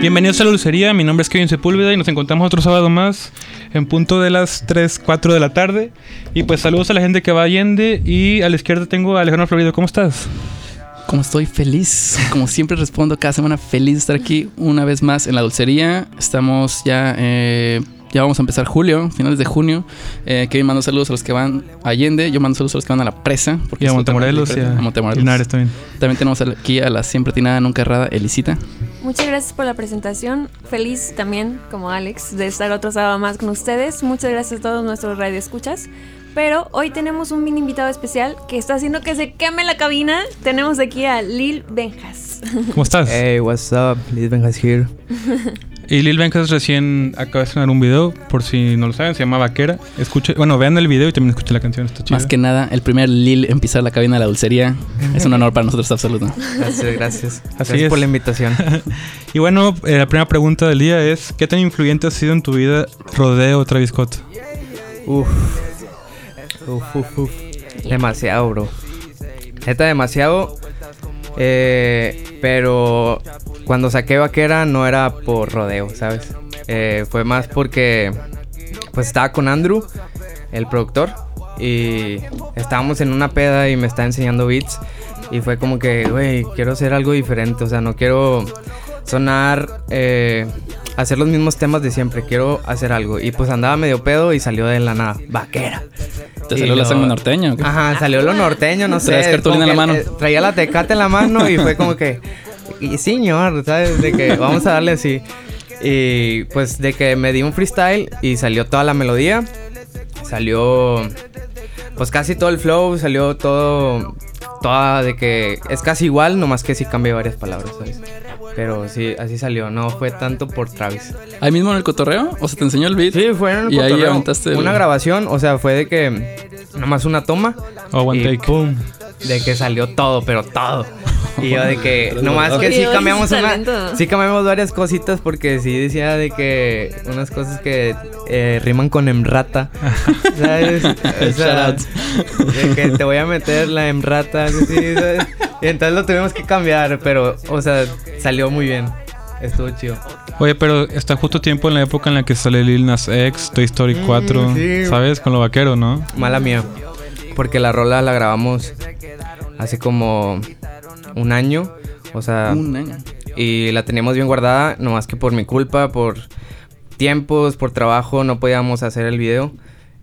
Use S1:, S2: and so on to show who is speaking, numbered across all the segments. S1: Bienvenidos a la Lucería, mi nombre es Kevin Sepúlveda y nos encontramos otro sábado más en punto de las 3, 4 de la tarde. Y pues saludos a la gente que va a Allende y a la izquierda tengo a Alejandro Florido, ¿cómo estás?
S2: Como estoy feliz, como siempre respondo cada semana, feliz de estar aquí una vez más en la dulcería. Estamos ya, eh, ya vamos a empezar julio, finales de junio. Eh, Kevin mando saludos a los que van a Allende, yo mando saludos a los que van a la presa.
S1: Y a
S2: es
S1: Montemorelos y
S2: totalmente
S1: a,
S2: diferente. Montemorelos.
S1: Linares también.
S2: También tenemos aquí a la siempre atinada, nunca errada, Elisita.
S3: Muchas gracias por la presentación. Feliz también, como Alex, de estar otro sábado más con ustedes. Muchas gracias a todos nuestros radioescuchas. Pero hoy tenemos un mini invitado especial que está haciendo que se queme la cabina. Tenemos aquí a Lil Benjas.
S1: ¿Cómo estás?
S2: Eh,
S4: Hey, what's up? Liz Benjas here.
S1: Y Lil Vencas recién acaba de estrenar un video, por si no lo saben, se llama Vaquera. Escuche, bueno, vean el video y también escuchen la canción, está chida.
S2: Más que nada, el primer Lil en pisar la cabina de la dulcería. Es un honor para nosotros absoluto.
S4: Gracias, gracias.
S1: Así
S4: gracias
S1: es.
S4: por la invitación.
S1: Y bueno, eh, la primera pregunta del día es, ¿qué tan influyente ha sido en tu vida Rodeo o Travis Scott?
S4: Uf. Uf, uf, uf. Demasiado, bro. Neta, demasiado. Eh, pero cuando saqué vaquera no era por rodeo, ¿sabes? Eh, fue más porque pues estaba con Andrew, el productor, y estábamos en una peda y me estaba enseñando beats. Y fue como que, güey, quiero hacer algo diferente. O sea, no quiero sonar, eh, hacer los mismos temas de siempre. Quiero hacer algo. Y pues andaba medio pedo y salió de la nada, vaquera.
S2: Te
S4: Y
S2: salió la
S4: lo- Ah.
S2: sangre norteña. ¿o qué?
S4: Ajá, salió lo norteño, no sé.
S2: Traías cartulina
S4: como
S2: en la
S4: que,
S2: mano.
S4: eh, traía la tecate en la mano y fue como que, y señor, ¿sabes? De que vamos a darle así. Y pues de que me di un freestyle y salió toda la melodía. Salió, pues casi todo el flow, salió todo, toda de que es casi igual, nomás que sí cambié varias palabras, ¿sabes? Pero sí, así salió, no fue tanto por Travis.
S2: Ahí mismo en el cotorreo, o sea, te enseñó el beat.
S4: Sí, fue en el
S2: Y ahí
S4: cotorreo.
S2: aventaste el-
S4: Una grabación, o sea, fue de que nomás una toma
S1: O One
S4: Y
S2: Eh,
S1: Take.
S4: pum, de que salió todo, pero todo. Y yo de que nomás que sí
S3: Dios,
S4: cambiamos
S3: talento.
S4: una, sí cambiamos varias cositas porque sí decía de que unas cosas que eh, riman con emrata. ¿Sabes? O sea,
S2: Shoutouts.
S4: de que te voy a meter la emrata, algo así, ¿sabes? Y entonces lo tuvimos que cambiar, pero o sea, salió muy bien. Estuvo chido.
S1: Oye, pero está justo tiempo en la época en la que sale Lil Nas X, Toy Story 4,
S4: Mm, sí.
S1: ¿sabes? Con lo vaquero, ¿no?
S4: Mala mía. Porque la rola la grabamos hace como un año. O sea,
S2: Un año.
S4: y la teníamos bien guardada, nomás que por mi culpa, por tiempos, por trabajo, no podíamos hacer el video.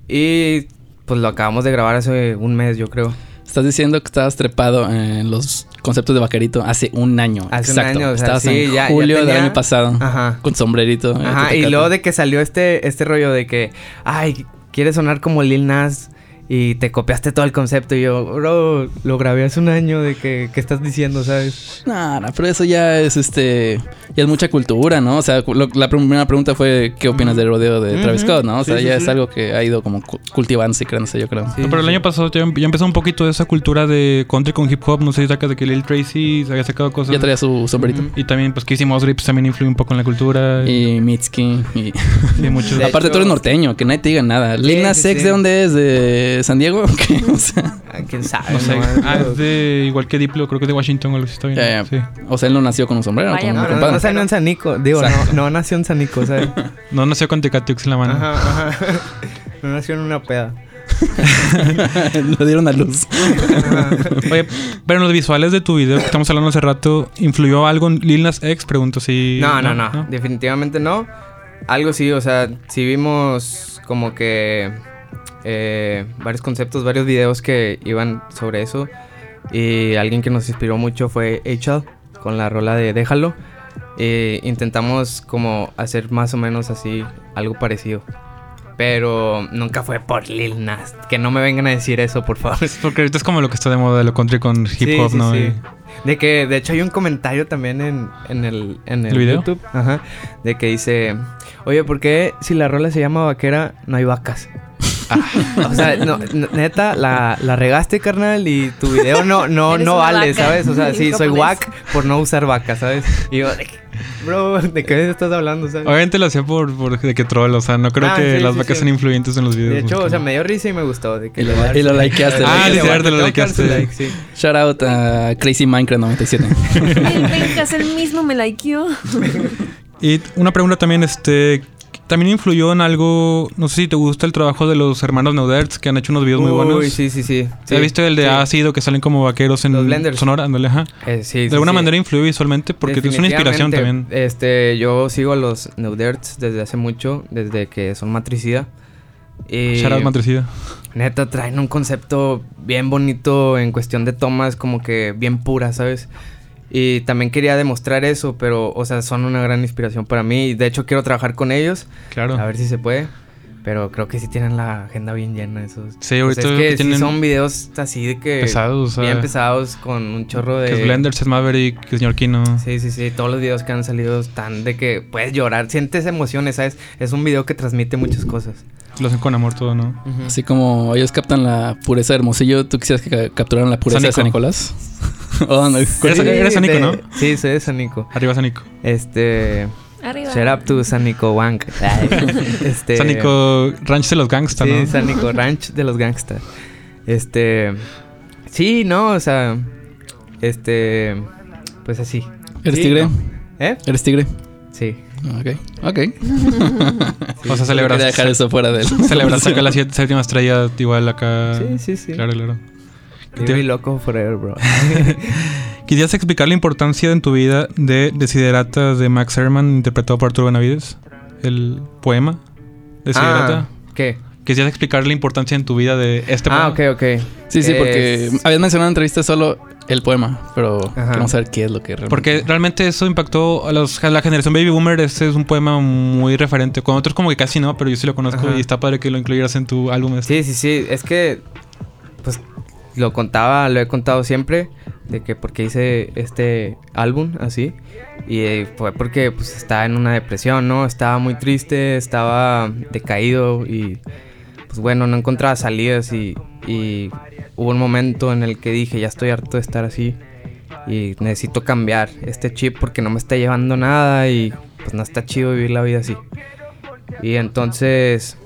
S4: Y pues lo acabamos de grabar hace un mes, yo creo.
S2: Estás diciendo que estabas trepado en los conceptos de vaquerito hace un año.
S4: Hace un
S2: Exacto.
S4: año, o sea,
S2: estabas
S4: sí,
S2: en
S4: ya- ya
S2: julio del
S4: tenía-
S2: año pasado.
S4: Ajá.
S2: Con sombrerito.
S1: Ah,
S2: eh,
S4: Ajá, y
S2: tecate.
S4: luego de que salió este, este rollo de que, ay, quieres sonar como Lil Nas y te copiaste todo el concepto. Y yo, bro, lo grabé hace un año de que, ¿qué estás diciendo, sabes?
S2: Nah, nah, pero eso ya es este. Ya es mucha cultura, ¿no? O sea, lo- la primera pregunta fue: ¿qué opinas del rodeo de Travis Scott, no? O sea, ya es algo que ha ido como cu- cultivándose y creándose, yo creo.
S4: Sí,
S1: No, pero el
S4: sí,
S1: año pasado ya, ya empezó un poquito de esa cultura de country con hip hop. No sé si sacas de que Lil Tracy se había sacado cosas.
S2: Ya traía su sombrerito.
S1: Y también, pues, Kissy Mosley pues, también influye un poco en la cultura. Y,
S2: Y Mitski. Y...
S1: y muchos.
S4: De
S2: Aparte, tú
S4: hecho-
S2: eres norteño, que nadie te diga nada. Lil
S4: Sí,
S2: Nas
S4: sí,
S2: X,
S4: sí.
S2: ¿de dónde es? ¿De San Diego? ¿O qué? O sea.
S4: Ah, ¿Quién sabe?
S1: no sé.
S4: nomás,
S1: Ah,
S4: pero-
S1: es de igual que Diplo, creo que es de Washington o algo así. Está bien.
S2: Ya, ya.
S1: Sí.
S2: O sea, él no nació con un sombrero,
S3: Vaya,
S2: como mi
S4: No, no, no,
S2: compadre.
S4: no salió en San Nico. Digo, no, no nació en San Nico, ¿sabes?
S1: No nació con Tecatiux en la mano.
S4: Ajá, ajá. No nació en una peda.
S2: Lo dieron a luz.
S1: Oye, pero en los visuales de tu video que estamos hablando hace rato, ¿influyó algo en Lil Nas X? Pregunto si.
S4: No, no, no, Definitivamente no. Algo sí, o sea, sí vimos como que eh, varios conceptos, varios videos que iban sobre eso. Y alguien que nos inspiró mucho fue HL con la rola de Déjalo. Eh, intentamos como hacer más o menos así algo parecido. Pero nunca fue por Lil Nas. Que no me vengan a decir eso, por favor.
S1: Pues, Porque ahorita es como lo que está de moda de lo country con hip
S4: Sí,
S1: hop,
S4: sí,
S1: ¿no?
S4: sí.
S1: Y-
S4: De que, de hecho, hay un comentario también en, en el, en el
S1: ¿El video?
S4: YouTube. Ajá. De que dice, oye, ¿por qué si la rola se llama vaquera, no hay vacas?
S1: Ah.
S4: o sea, no, n- neta, la, la regaste, carnal, y tu video no, no,
S3: Eres
S4: no
S3: una
S4: vale,
S3: vaca.
S4: ¿sabes? O sea,
S3: En
S4: sí, soy
S3: japonés.
S4: wack por no usar vacas, ¿sabes? Y yo, de que, bro, ¿de qué estás hablando, sabes?
S1: Obviamente lo hacía por, por de que troll, o sea, no creo
S4: Ah,
S1: que
S4: sí,
S1: las
S4: sí,
S1: vacas
S4: sí.
S1: sean influyentes en los videos.
S4: de hecho,
S1: porque-
S4: o sea, me dio risa y me gustó. De que
S2: Y lo-
S4: le voy a dar
S2: y lo
S4: su like.
S2: likeaste,
S1: Ah,
S4: Le voy a dar
S1: literal,
S4: su
S1: lo
S4: like, tengo que dar su
S1: likeaste.
S4: like, sí.
S2: Shout out a Crazy Minecraft 97.
S3: Lil Benjas, él mismo me likeó.
S1: Y una pregunta también, este. También influyó en algo. No sé si te gusta el trabajo de los hermanos Neuderts que han hecho unos videos muy buenos.
S4: Uy, sí, sí, sí.
S1: ¿Te
S4: Sí,
S1: viste el de
S4: sí.
S1: ácido que salen como vaqueros en
S4: Los blenders.
S1: Sonora? Ándale, ajá.
S4: Eh, sí,
S1: De
S4: sí,
S1: alguna
S4: sí.
S1: manera influyó visualmente porque es una inspiración también.
S4: Definitivamente. Este, yo sigo a los Neuderts desde hace mucho, desde que son matricida. Y
S1: Shout out Matricida.
S4: neta traen un concepto bien bonito en cuestión de tomas, como que bien pura, ¿sabes? Y también quería demostrar eso, pero, o sea, son una gran inspiración para mí. Y de hecho, quiero trabajar con ellos,
S1: Claro.
S4: a ver si se puede. Pero creo que sí tienen la agenda bien llena esos.
S1: Sí,
S4: Pues
S1: ahorita
S4: es
S1: veo
S4: que
S1: que
S4: sí
S1: tienen
S4: son videos así de que...
S1: pesados, o sea,
S4: Bien pesados, con un chorro de...
S1: que es Blender, es Maverick, que es Señor Kino.
S4: Sí, sí, sí. Todos los videos que han salido están de que puedes llorar, sientes emociones, ¿sabes? Es un video que transmite muchas cosas.
S1: Lo hacen con amor todo, ¿no?
S2: Así como ellos captan la pureza de Hermosillo, ¿tú quisieras que ca- capturaran la pureza de San
S1: Nico.
S2: Nicolás? Oh, no.
S1: Eres- eres Sanico,
S4: de-
S1: ¿no?
S4: Sí, soy de Sanico.
S1: Arriba Sanico.
S4: Este...
S3: Arriba.
S4: Shut up to Sanico Wank. este...
S1: Sanico Ranch de los Gangsta,
S4: Sí,
S1: ¿no?
S4: Sanico Ranch de los Gangsters. Este... Sí, no, o sea... Este... Pues así.
S2: ¿Eres
S4: Sí,
S2: tigre?
S4: no. ¿Eh?
S2: ¿Eres tigre?
S4: Sí.
S2: Ok, ok.
S1: o sea,
S2: Celebras.
S1: celebras.
S2: dejar eso fuera del...
S1: Celebras acá la siete- séptima estrella, igual acá.
S4: Sí, sí, sí.
S1: Ah, Claro, claro.
S4: Muy loco forever, bro.
S1: ¿Quisieras explicar la importancia en tu vida de Desiderata de Max Herman, interpretado por Arturo Benavides? El poema Desiderata.
S4: Ah, ¿Qué?
S1: ¿Quisieras explicar la importancia en tu vida de este poema?
S4: Ah, ok, ok.
S2: Sí, sí, porque
S4: Es-
S2: habías mencionado en entrevista solo el poema, pero
S4: Ajá.
S2: vamos a ver qué es lo que realmente...
S1: Porque realmente eso impactó a, los, a la generación Baby Boomer. Este es un poema muy referente. Con otros como que casi no, pero yo sí lo conozco
S4: Ajá.
S1: y está padre que lo incluyeras en tu álbum. este.
S4: Sí, sí, sí. Es que, pues, lo contaba, lo he contado siempre, de que porque hice este álbum así. Y eh, fue porque, pues, estaba en una depresión, ¿no? Estaba muy triste, estaba decaído y, pues, bueno, no encontraba salidas. Y, y hubo un momento en el que dije, ya estoy harto de estar así. Y necesito cambiar este chip porque no me está llevando nada y, pues, no está chido vivir la vida así. Y entonces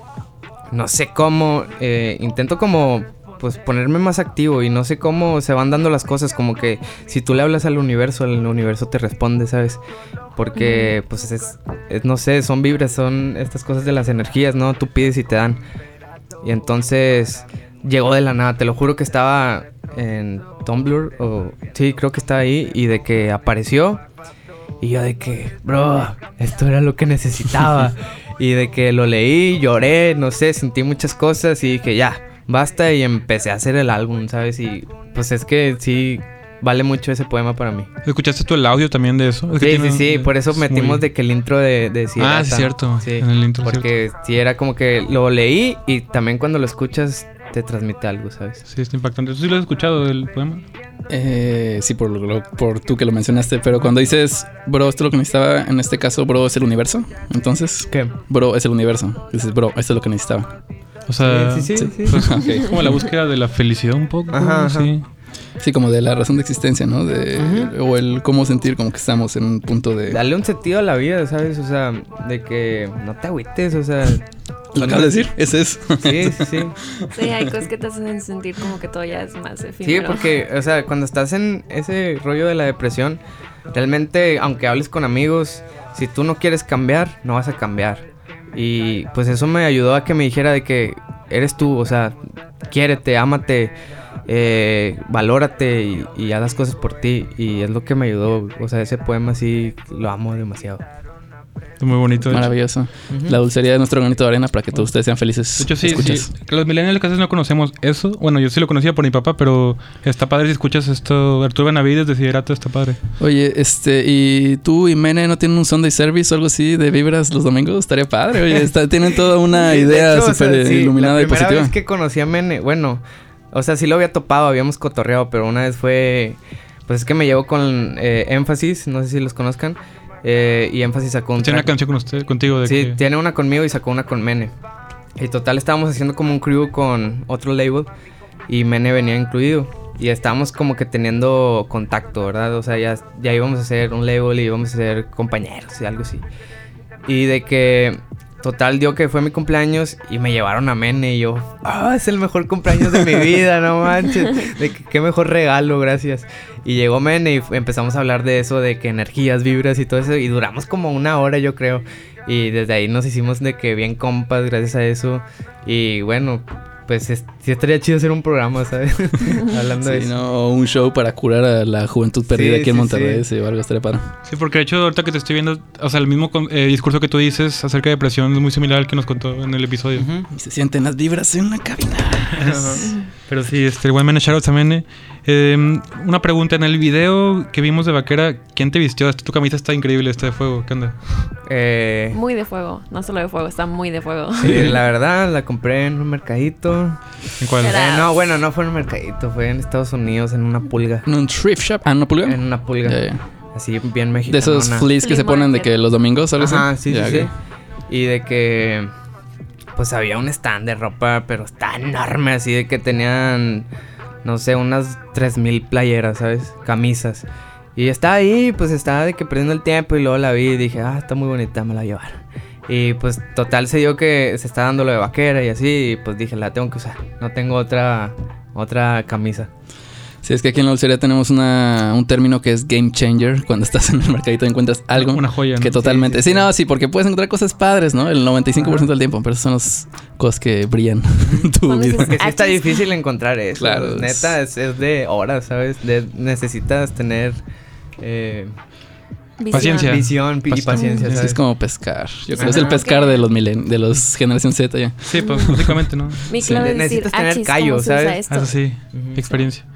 S4: no sé cómo, eh, intento como pues ponerme más activo y no sé cómo se van dando las cosas, como que si tú le hablas al universo, el universo te responde, ¿sabes? Porque pues es, es- no sé, son vibras, son estas cosas de las energías, ¿no? Tú pides y te dan. Y entonces llegó de la nada, te lo juro que estaba en Tumblr o sí, creo que estaba ahí y de que apareció y yo de que, bro, esto era lo que necesitaba. y de que lo leí, lloré, no sé, sentí muchas cosas y dije, ya, basta y empecé a hacer el álbum, ¿sabes? Y pues es que sí, vale mucho ese poema para mí.
S1: ¿Escuchaste tú el audio también de eso? Es que
S4: Sí, sí,
S1: tiene-
S4: sí, por eso
S1: es
S4: metimos
S1: muy-
S4: de que el intro de... de
S1: Ah,
S4: Siddhartha.
S1: sí, cierto.
S4: Sí.
S1: En el intro. cierto.
S4: Porque sí, era como que lo leí y también cuando lo escuchas te transmite algo, ¿sabes?
S1: Sí, está impactante. ¿Tú sí lo has escuchado el poema?
S2: Eh, sí, por, lo- por tú que lo mencionaste, pero cuando dices, bro, esto es lo que necesitaba, en este caso, bro, es el universo. Entonces,
S4: ¿Qué?
S2: bro, es el universo. Dices, bro, esto es lo que necesitaba.
S1: O sea,
S4: Sí, sí, sí, sí.
S1: pues, es como la búsqueda de la felicidad un poco.
S4: Ajá, ajá.
S1: Sí.
S2: Sí, como de la razón de existencia, ¿no? De, O el cómo sentir como que estamos en un punto de...
S4: Dale un sentido a la vida, ¿sabes? O sea, de que no te agüites, o sea...
S2: ¿Lo acabas de decir? Ese es.
S4: Sí, sí, sí.
S3: Sí, hay cosas que te hacen sentir como que todo ya es más
S4: Sí,
S3: efímero.
S4: porque, o sea, cuando estás en ese rollo de la depresión, realmente, aunque hables con amigos, si tú no quieres cambiar, no vas a cambiar. Y pues eso me ayudó a que me dijera de que eres tú, o sea, quiérete, ámate, eh, valórate y, y haz las cosas por ti. Y es lo que me ayudó, o sea, ese poema sí lo amo demasiado.
S1: Está Muy bonito. de hecho.
S2: Maravilloso. La dulcería de nuestro granito de arena para que todos ustedes sean felices.
S1: Oh. De hecho, sí,
S2: Escuchas.
S1: sí. Los millennials casi no conocemos eso. Bueno, yo sí lo conocía por mi papá, pero está padre si escuchas esto. Arturo Benavides, Desiderato, está padre.
S2: Oye, este, ¿y tú y Mene no tienen un Sunday service o algo así de vibras los domingos? Estaría padre, oye, está- tienen toda una
S4: Sí, de
S2: idea
S4: hecho, o sea,
S2: súper
S4: sí,
S2: iluminada y
S4: La primera
S2: positiva.
S4: vez que conocí a Mene, bueno, o sea, sí lo había topado, habíamos cotorreado, pero una vez fue. Pues es que me llevó con eh, Énfasis, no sé si los conozcan. eh, y Énfasis sacó un
S1: Tiene una
S4: track.
S1: canción con usted, contigo de
S4: Sí,
S1: que...
S4: tiene una conmigo y sacó una con Mene. Y total, estábamos haciendo como un crew con otro label y Mene venía incluido. Y estábamos como que teniendo contacto, ¿verdad? O sea, ya, ya íbamos a ser un label y íbamos a ser compañeros y algo así. Y de que Total, dio que fue mi cumpleaños y me llevaron a Mene y yo, ah, es el mejor cumpleaños de mi vida, no manches. De que- qué mejor regalo, gracias. Y llegó Mene y empezamos a hablar de eso, de que energías, vibras y todo eso. Y duramos como una hora, yo creo. Y desde ahí nos hicimos de que bien compas, gracias a eso. Y bueno, pues es- sí estaría chido hacer un programa, ¿sabes? Hablando de
S2: Sí,
S4: eso.
S2: ¿no? O un show para curar a la juventud perdida
S4: Sí,
S2: aquí en
S4: sí,
S2: Monterrey, sí, o algo estaría padre.
S1: Sí, porque de hecho ahorita que te estoy viendo, o sea, el mismo con- eh, discurso que tú dices acerca de depresión es muy similar al que nos contó en el episodio.
S2: Y se sienten las vibras en la cabina.
S1: Pero sí, este, buen man shoutouts también. eh. Eh, una pregunta, en el video que vimos de Vaquera, ¿quién te vistió? Esta- Tu camisa está increíble, está de fuego, ¿qué onda?
S4: Eh,
S3: Muy de fuego, no solo de fuego, está muy de fuego.
S4: sí, la verdad, la compré en un mercadito.
S1: ¿En cuál?
S3: Era-
S4: Eh, no, bueno, no fue en un mercadito, fue en Estados Unidos, en una pulga.
S2: En un thrift shop. Ah, ¿no pulga?
S4: En una pulga.
S2: Ya, ya.
S4: Así bien mexicana.
S2: De esos fleas que
S3: Flea
S2: se ponen de
S3: market.
S2: que los domingos, algo así.
S4: ah. Ajá, sí,
S2: Ya,
S4: sí, sí.
S2: ok.
S4: Y de que. Pues había un stand de ropa, pero está enorme, así de que tenían. No sé, unas 3000 playeras, ¿sabes? Camisas. Y estaba ahí, pues estaba de que perdiendo el tiempo y luego la vi y dije, ah, está muy bonita, me la voy a llevar. Y pues total se dio que se está dando lo de vaquera y así, y pues dije, la tengo que usar. No tengo otra otra camisa.
S2: Sí, es que aquí en la dulcería tenemos una, un término que es game changer. Cuando estás en el mercadito y encuentras algo
S1: Una joya. ¿no?
S2: que totalmente... Sí,
S4: sí, sí.
S2: no, sí, porque puedes encontrar cosas padres, ¿no? El 95% del tiempo, pero esas son las cosas que brillan en tu
S3: Son
S2: vida.
S3: esas-
S4: Porque sí está
S3: Achis.
S4: difícil encontrar eso.
S2: Claro, es-
S4: Neta, es, es de horas, ¿sabes? De- necesitas tener eh,
S3: Visión.
S1: Paciencia.
S4: visión pi- y
S1: Pas-
S4: paciencia,
S2: Sí,
S4: ¿sabes?
S2: es como pescar. Yo creo que es
S3: Ajá,
S2: el pescar
S3: ok.
S2: de los milen de los generación Z ya.
S1: Sí, pues básicamente, ¿no?
S3: Mi
S2: Sí.
S3: clave es decir,
S4: Necesitas tener
S3: achis,
S4: callo,
S3: ¿cómo se usa
S4: ¿sabes?
S3: esto?
S1: Eso sí,
S4: Ujú.
S1: experiencia.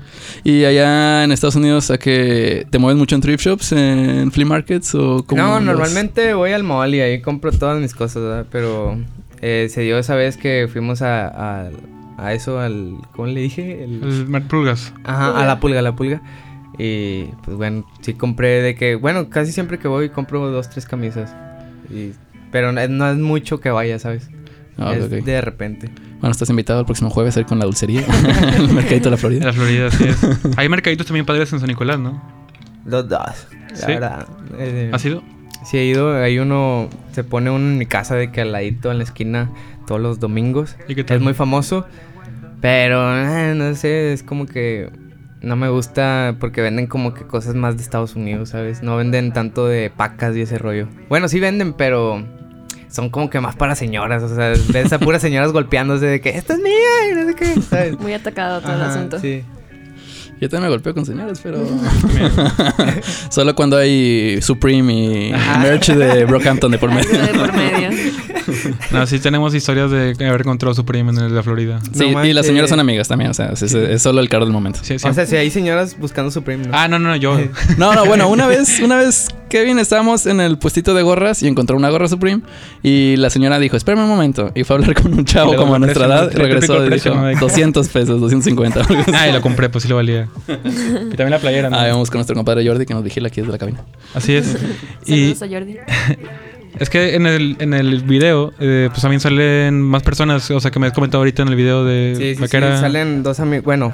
S2: Y allá en Estados Unidos, ¿a que te mueves mucho en thrift shops, en flea markets o como
S4: No,
S2: los-
S4: normalmente voy al mall y ahí compro todas mis cosas, ¿verdad? Pero eh, se dio esa vez que fuimos a, a- a eso, al... ¿Cómo le dije? El-
S2: Mm.
S1: El Mark Pulgas.
S4: Ajá, a la pulga, a la pulga. Y pues bueno, sí compré de que, bueno, casi siempre que voy compro dos, tres camisas. Y- pero no es, no es mucho que vaya, ¿sabes?
S2: Ah, ok,
S4: es
S2: ok.
S4: de repente.
S2: Bueno, estás invitado el próximo jueves a ir con la dulcería al mercadito de
S1: De
S2: la Florida.
S1: la Florida, sí es. Hay mercaditos también padres en San Nicolás, ¿no?
S4: Los dos. La
S1: ¿Sí?
S4: verdad. Eh,
S1: ¿Ha sido?
S4: Sí, he ido. Hay uno. Se pone uno en mi casa de que al ladito en la esquina todos los domingos.
S1: ¿Y qué tal?
S4: Es muy famoso. Pero eh, no sé, es como que. No me gusta porque venden como que cosas más de Estados Unidos, ¿sabes? No venden tanto de pacas y ese rollo. Bueno, sí venden, pero son como que más para señoras. O sea, ves a puras señoras golpeándose de que esta es mía y no sé qué, ¿sabes?
S3: Muy atacado todo el
S4: Ajá,
S3: asunto.
S4: Sí.
S2: Yo también me golpeo con señores, pero. Solo cuando hay Supreme y merch de Brockhampton de por medio.
S3: Algo de por medio.
S1: No, Ah, sí tenemos historias de haber encontrado su prima en el de la Florida.
S2: Sí,
S4: No
S2: y las
S4: manches.
S2: señoras son amigas también, o sea, es, es solo el calor del momento.
S1: Sí, sí.
S4: O sea, si hay señoras buscando su premio. ¿no?
S1: ah, no, no, no, yo.
S2: No, no, bueno, una vez, una vez Kevin estábamos en el puestito de gorras y encontró una gorra Supreme y la señora dijo, espérame un momento. Y fue a hablar con un
S1: Y
S2: chavo
S1: le
S2: como
S1: bajó
S2: a
S1: el
S2: nuestra
S1: precio,
S2: edad
S1: ¿no?
S2: y
S1: El típico
S2: regresó y
S1: precio,
S2: dijo,
S1: ¿no? De que-
S2: 200 pesos, 250. algo así.
S1: Ah, y lo compré, pues sí lo valía. Y también la playera, ¿no?
S2: Ah, vamos con nuestro compadre Jordi que nos vigila aquí desde la cabina.
S1: Así es. Y
S3: Saludos a Jordi.
S1: es que en el, en el video, eh, pues también salen más personas, o sea, que me has comentado ahorita en el video de
S4: Sí, sí, sí,
S1: Vaquera.
S4: salen dos amigas, bueno,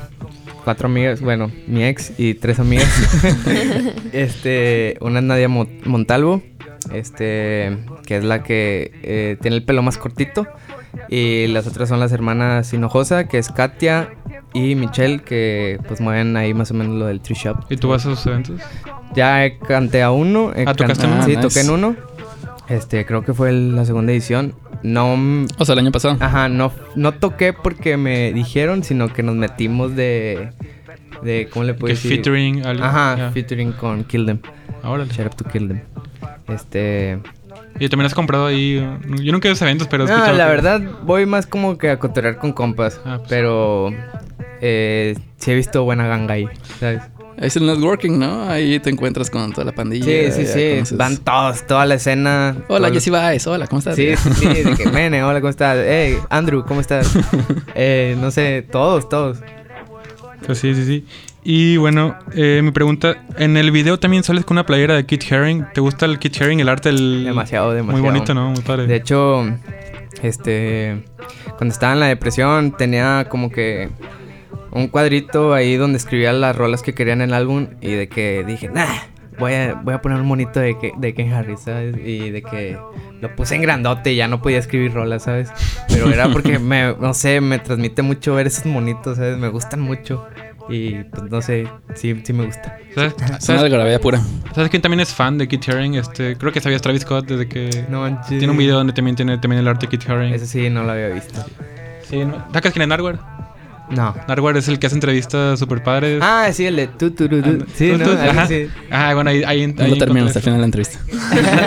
S4: cuatro amigas, bueno, mi ex y tres amigas. este, una es Nadia Mo- Montalvo, este, que es la que eh, tiene el pelo más cortito. Y las otras son las hermanas Hinojosa, que es Katia y Michelle, que pues mueven ahí más o menos lo del tree shop.
S1: ¿Y tú vas a esos eventos?
S4: Ya eh, canté a uno. eh,
S1: Ah, ¿tocaste
S4: can-
S2: uno?
S4: Sí,
S2: Ah,
S4: toqué en
S2: nice.
S4: uno. Este, creo que fue el- la segunda edición. No mm,
S2: O sea, el año pasado.
S4: Ajá, no, no toqué porque me dijeron, sino que nos metimos de. de ¿Cómo le puedo
S1: Que
S4: decir?
S1: featuring algo.
S4: Pues Ajá,
S1: Ya.
S4: featuring con Kill Them.
S1: Ah, órale.
S4: Shout out to Kill Them. Este.
S1: Y también has comprado ahí. eh, Yo nunca he ido a esos eventos, pero he
S4: No,
S1: escuchado
S4: Ah, la
S1: que-
S4: verdad, voy más como que a cotorear con compas.
S1: Ah, pues.
S4: Pero. Eh, sí he visto buena ganga ahí, ¿sabes?
S2: Ahí es el networking, ¿no? Ahí te encuentras con toda la pandilla.
S4: Sí, sí,
S2: ya
S4: sí.
S2: conoces-
S4: Van todos, toda la escena.
S2: Hola,
S4: todo-
S2: Jessy Baez. Hola, ¿cómo estás?
S4: Sí, sí, sí, de que, Mene, hola, ¿cómo estás? Hey, Andrew, ¿cómo estás? Eh, no sé, todos, todos.
S1: Pues sí, sí, sí. Y bueno, eh, mi pregunta: en el video también sales con una playera de Kit Herring. ¿Te gusta el Kit Herring, el arte? El...
S4: Demasiado, demasiado.
S1: Muy bonito, ¿no? Muy padre.
S4: De hecho, este, cuando estaba en la depresión tenía como que un cuadrito ahí donde escribía las rolas que quería en el álbum y de que dije, nah, voy a, voy a poner un monito de, Ke- de Ken Harris, ¿sabes? Y de que lo puse en grandote y ya no podía escribir rolas, ¿sabes? Pero era porque, me, no sé, me transmite mucho ver esos monitos, ¿sabes? Me gustan mucho. Y pues no sé, sí, sí me gusta.
S1: ¿Sabes,
S2: Suena de
S1: sabes-
S2: gravedad pura.
S1: sabes quién también es fan de Kit Haring? Este, creo que sabías Travis Scott desde que.
S4: No manches.
S1: Tiene un video donde también tiene también el arte de Kit Haring.
S4: Ese sí, no lo había visto.
S1: Sí, ¿no? ¿Sacas quién es Narwar?
S4: No.
S1: Narwar es el que hace entrevistas super padres.
S4: Ah, sí, el de tu, tu, tu, tu.
S1: Ah,
S4: Sí,
S1: tú-
S4: no,
S1: tú-
S4: ese
S1: ajá.
S4: sí.
S1: Ajá, bueno, ahí, ahí,
S2: No
S1: ahí
S2: lo terminan
S1: encontré
S2: hasta el final de la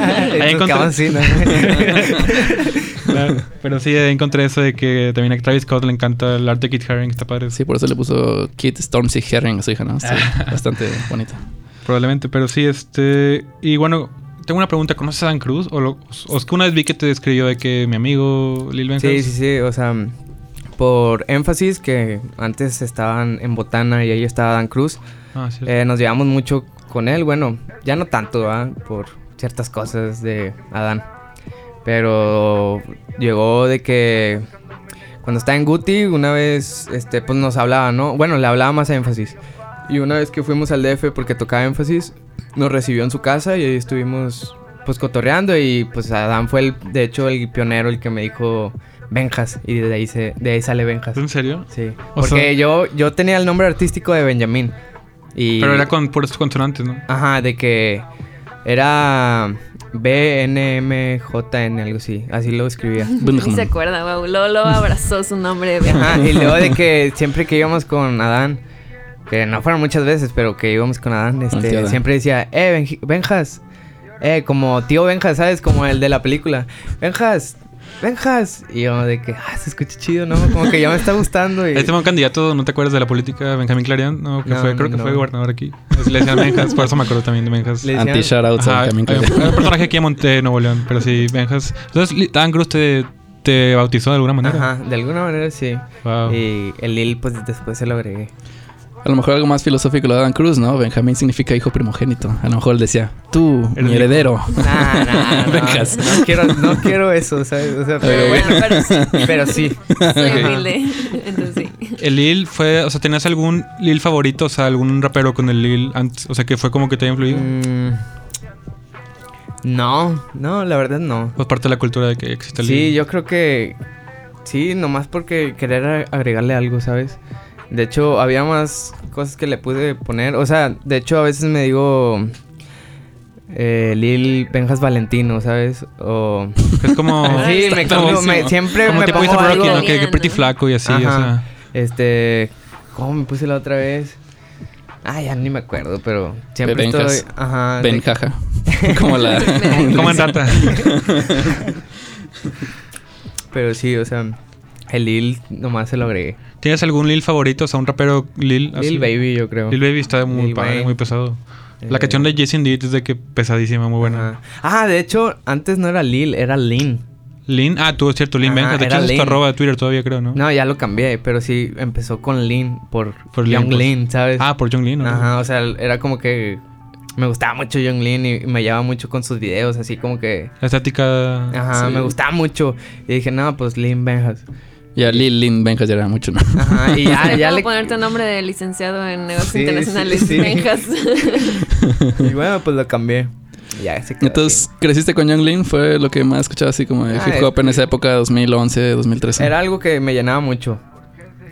S2: entrevista.
S1: Ahí encontré-
S4: Cabrón, sí, ¿no?
S1: Claro, pero sí, ahí encontré eso de que también a Travis Scott le encanta el arte de Kit Haring, está padre.
S2: Sí, por eso le puso Kit Stormzy Herring a su hija, ¿no? Está bastante bonita.
S1: Probablemente, pero sí, este. Y bueno, tengo una pregunta: ¿conoces a Dan Cruz? O, lo- o es que una vez vi que te describió de que mi amigo Lil Ben
S4: Sí,
S1: House?
S4: sí, sí, o sea, mm, por énfasis que antes estaban en Botana y ahí estaba Dan Cruz,
S1: Ah, sí.
S4: eh, nos llevamos mucho con él, bueno, ya no tanto, ¿verdad? Por ciertas cosas de Adán. Pero llegó de que cuando estaba en Guti, una vez, este, pues nos hablaba, ¿no? Bueno, le hablaba más a énfasis. Y una vez que fuimos al DF porque tocaba énfasis, nos recibió en su casa y ahí estuvimos pues cotorreando y pues Adán fue el, de hecho el pionero el que me dijo Benjas y de ahí se, de ahí sale Benjas.
S1: ¿En serio?
S4: Sí.
S1: O
S4: Porque
S1: sea-
S4: yo, yo tenía el nombre artístico de Benjamín. Y,
S1: Pero era con puros consonantes, ¿no?
S4: Ajá, de que era BNMJN, algo así. Así lo escribía.
S3: Ni se acuerda, wow. Lolo abrazó su nombre. de
S4: Ajá, y luego de que siempre que íbamos con Adán, que no fueron muchas veces, pero que íbamos con
S1: Ah,
S4: Adán,
S2: el tío
S4: este,
S2: Adán.
S4: siempre decía, eh, Benji- Benjas, eh, como tío Benjas, ¿sabes? Como el de la película, Benjas, Benjas. Y yo de que, ah, se escucha chido, ¿no? Como que ya me está gustando. Y...
S1: Este fue un candidato, ¿no te acuerdas de la política? Benjamín Clarion. No, que
S4: No,
S1: fue, creo
S4: no,
S1: que fue
S4: no.
S1: gobernador aquí. Así Le decían Benjas, por eso me acuerdo también de Benjas.
S4: Le-
S2: Anti-shoutouts
S1: Ajá,
S2: al
S1: hay un
S2: Camín
S1: hay un personaje aquí en Monte Nuevo León, pero sí, Benjas. Entonces, Li- Dan Cruz te, te bautizó de alguna manera.
S4: Ajá, de alguna manera sí.
S1: Wow.
S4: Y el Lil, pues después se lo agregué.
S2: A lo mejor algo más filosófico lo de Adam Cruz, ¿no? Benjamín significa hijo primogénito. A lo mejor él decía, tú,
S1: Eres
S2: mi heredero.
S4: Nah, nah, no,
S2: Benjas.
S4: no quiero, no quiero eso, ¿sabes? O sea, pero
S3: Pero bueno,
S4: bueno.
S3: pero sí,
S4: Pero sí.
S3: soy
S4: Ok.
S3: humilde. Entonces sí.
S1: El Lil fue, o sea, ¿tenías algún Lil favorito? O sea, algún rapero con el Lil antes, o sea, que fue como que te haya influido.
S4: Mm, no, no, la verdad no.
S1: Pues parte de la cultura de que existe el
S4: Sí,
S1: Lil.
S4: yo creo que sí, nomás porque querer a- agregarle algo, ¿sabes? De hecho, había más cosas que le pude poner. O sea, de hecho, a veces me digo eh, Lil Benjas Valentino, ¿sabes? O.
S1: Que es como.
S4: Sí, me,
S1: como-
S4: cambio, me- siempre
S1: como
S4: me
S1: tipo
S4: pongo
S1: Isa Rocky,
S4: algo.
S1: ¿no? Que, que pretty
S3: Ajá.
S1: flaco y así, o
S4: Ajá.
S1: sea.
S4: Este. ¿Cómo me puse la otra vez? Ah, ya ni me acuerdo, pero siempre
S2: Benjas.
S4: estoy. Ajá. de-
S2: Benjaja. Como la...
S1: Como en rata.
S4: Pero sí, o sea, el Lil nomás se lo agregué.
S1: ¿Tienes algún Lil favorito? O sea, un rapero Lil. así?
S4: Lil Baby, yo creo.
S1: Ah, Lil Baby está muy
S4: Lil
S1: padre,
S4: Wayne.
S1: muy pesado. La
S4: Eh,
S1: canción de Jesse Indeed es de que pesadísima, muy buena.
S4: Ajá. Ah, de hecho, antes no era Lil, era Lin.
S1: Lin, ah, tú es cierto, Lin
S4: Ajá,
S1: Benjas. De hecho,
S4: era
S1: es tu
S4: Lin.
S1: arroba de Twitter todavía, creo, ¿no?
S4: No, ya lo cambié, pero sí empezó con Lin por,
S1: Por Lin,
S4: Young
S1: pues.
S4: Lin, ¿sabes?
S1: Ah, por John Lin, ¿no?
S4: Ajá, o sea, era como que me gustaba mucho Young Lin y me llevaba mucho con sus videos, así como que.
S1: La estática.
S4: Ajá,
S2: Sí.
S4: me gustaba mucho. Y dije, no, pues Lin Benjas.
S2: Ya Lil Lin Benjas ya era mucho, ¿no?
S4: Ajá, y ya,
S3: Te
S4: ya
S3: puedo
S4: le.
S3: ponerte nombre de licenciado en negocios
S4: Sí,
S3: internacionales,
S4: sí, sí.
S3: Benjas.
S4: Y bueno, pues lo cambié. Y ya se quedó
S2: Entonces,
S4: así.
S2: ¿creciste con Young Lin? Fue lo que más escuchaba así como de
S4: Ah,
S2: hip hop en
S4: es-
S2: esa época, 2011, 2013.
S4: Era algo que me llenaba mucho.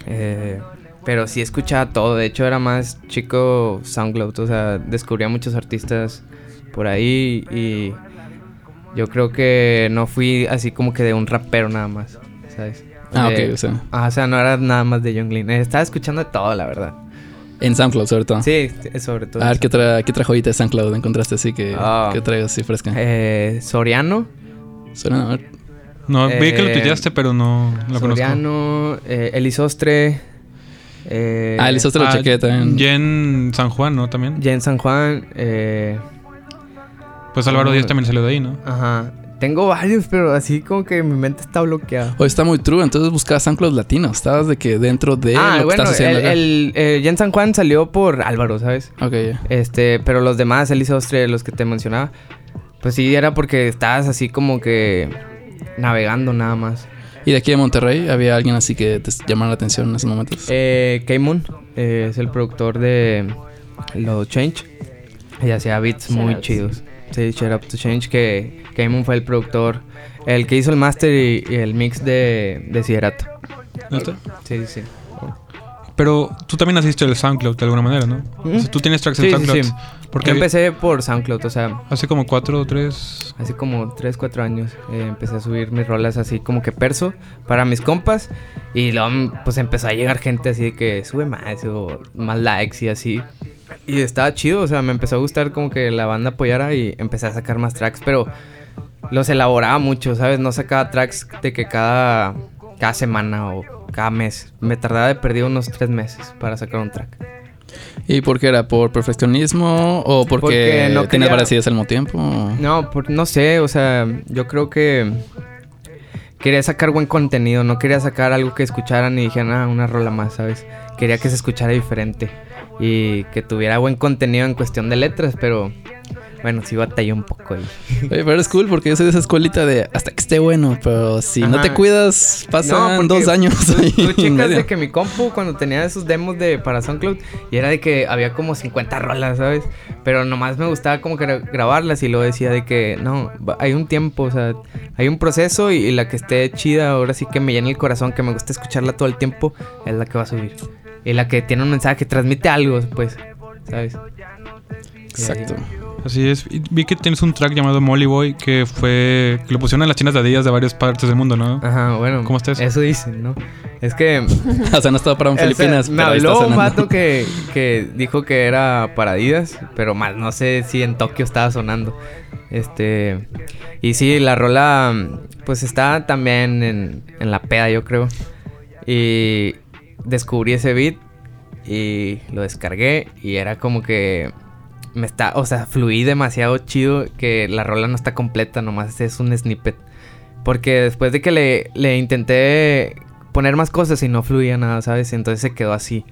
S4: Eh, pero sí escuchaba todo. De hecho, era más chico SoundCloud. O sea, descubría muchos artistas por ahí. Y yo creo que no fui así como que de un rapero nada más. ¿Sabes?
S2: Ah,
S4: De-
S2: ok, o sea,
S4: Ajá, o sea, no era nada más de Young Lean. Estaba escuchando de todo, la verdad.
S2: en SoundCloud sobre todo.
S4: Sí, t- sobre todo.
S2: Ah. A ver, ¿qué, tra ¿qué otra joyita de SoundCloud encontraste así que,
S4: Ah.
S2: que traigas así fresca?
S4: Eh, Soriano.
S2: Suena, a ver.
S1: No, vi que lo
S4: Eh,
S1: tuiteaste, pero no lo conozco.
S4: Soriano. eh, Elisostre. eh,
S2: ah, el otro lo
S1: Ah,
S2: chequé también.
S1: Jen San Juan, ¿no? También.
S4: Jen San Juan. Eh,
S1: Pues Álvaro
S4: Ah.
S1: Díaz también salió de ahí, ¿no?
S4: Ajá. Tengo varios, pero así como que mi mente está bloqueada.
S2: O está muy true, entonces buscabas SoundCloud latino. Estabas de que dentro de
S4: ah,
S2: lo que
S4: bueno,
S2: estás
S4: el,
S2: haciendo acá.
S4: el, eh, Jen San Juan salió por Álvaro, ¿sabes?
S2: Ok, ya.
S4: Este, pero los demás, Elisa Ostre, los que te mencionaba, pues sí, era porque estabas así como que navegando nada más.
S2: ¿Y de aquí de Monterrey había alguien así que te llamara la atención en esos momentos?
S4: Eh, K-Moon eh, es el productor de Lo Change. Y hacía beats muy
S3: Shoutouts.
S4: chidos. Sí, Shut Up to Change, que, que Damon fue el productor, el que hizo el master y, y el mix de, de Siderato.
S1: ¿Neta?
S4: Sí, sí, sí.
S1: ¿Este? Pero tú también naciste del SoundCloud de alguna manera, ¿no?
S4: Mm.
S1: O sea, tú tienes tracks
S4: Sí,
S1: en
S4: sí,
S1: SoundCloud.
S4: sí.
S1: Porque
S4: Yo empecé por SoundCloud, o sea,
S1: hace como cuatro o tres...
S4: hace como 3, 4 años eh, empecé a subir mis rolas así como que perso para mis compas. Y luego mm, pues empezó a llegar gente así de que sube más o más likes y así. Y estaba chido, o sea, me empezó a gustar como que la banda apoyara y empecé a sacar más tracks, pero los elaboraba mucho, ¿sabes? No sacaba tracks de que cada, cada semana o cada mes. Me tardaba de perdido unos 3 meses para sacar un track.
S2: ¿Y por qué era? ¿Por perfeccionismo o porque,
S4: Porque no
S2: tenías
S4: quería-
S2: varias ideas al mismo tiempo?
S4: No, por- no sé, o sea, yo creo que quería sacar buen contenido, no quería sacar algo que escucharan y dijeran, ah, una rola más, ¿sabes? Quería que se escuchara diferente y que tuviera buen contenido en cuestión de letras, pero bueno, sí batallé un poco ahí.
S2: Oye, pero es cool porque yo soy de esa escuelita de hasta que esté bueno, pero si no
S4: Ajá.
S2: te cuidas, pasan
S4: No, porque
S2: dos años. ahí
S4: Tú
S2: en
S4: chicas
S2: medio.
S4: de que mi compu cuando tenía esos demos de para SoundCloud y era de que había como 50 rolas, ¿sabes? Pero nomás me gustaba como que gra- grabarlas y luego decía de que no, va- hay un tiempo, o sea, hay un proceso y, y la que esté chida ahora sí que me llena el corazón, que me gusta escucharla todo el tiempo, es la que va a subir. Y la que tiene un mensaje, transmite algo, pues, ¿sabes?
S2: Exacto.
S1: Así es. Y vi que tienes un track llamado Molly Boy que fue... Que lo pusieron en las tiendas de Adidas de varias partes del mundo, ¿no?
S4: Ajá, bueno.
S1: ¿Cómo está eso?
S4: Eso dicen, ¿no? Es que
S2: O sea, no estaba para en
S4: O sea,
S2: Filipinas.
S4: me
S2: pero ahí está
S4: habló un
S2: sonando.
S4: vato que, que dijo que era para Adidas, pero más no sé si en Tokio estaba sonando. Este. Y sí, la rola, pues está también en, en la peda, yo creo. Y descubrí ese beat y lo descargué y era como que. Me está, o sea, fluí demasiado chido que la rola no está completa, nomás es un snippet. Porque después de que le, le intenté poner más cosas y no fluía nada, ¿sabes? Entonces se quedó así.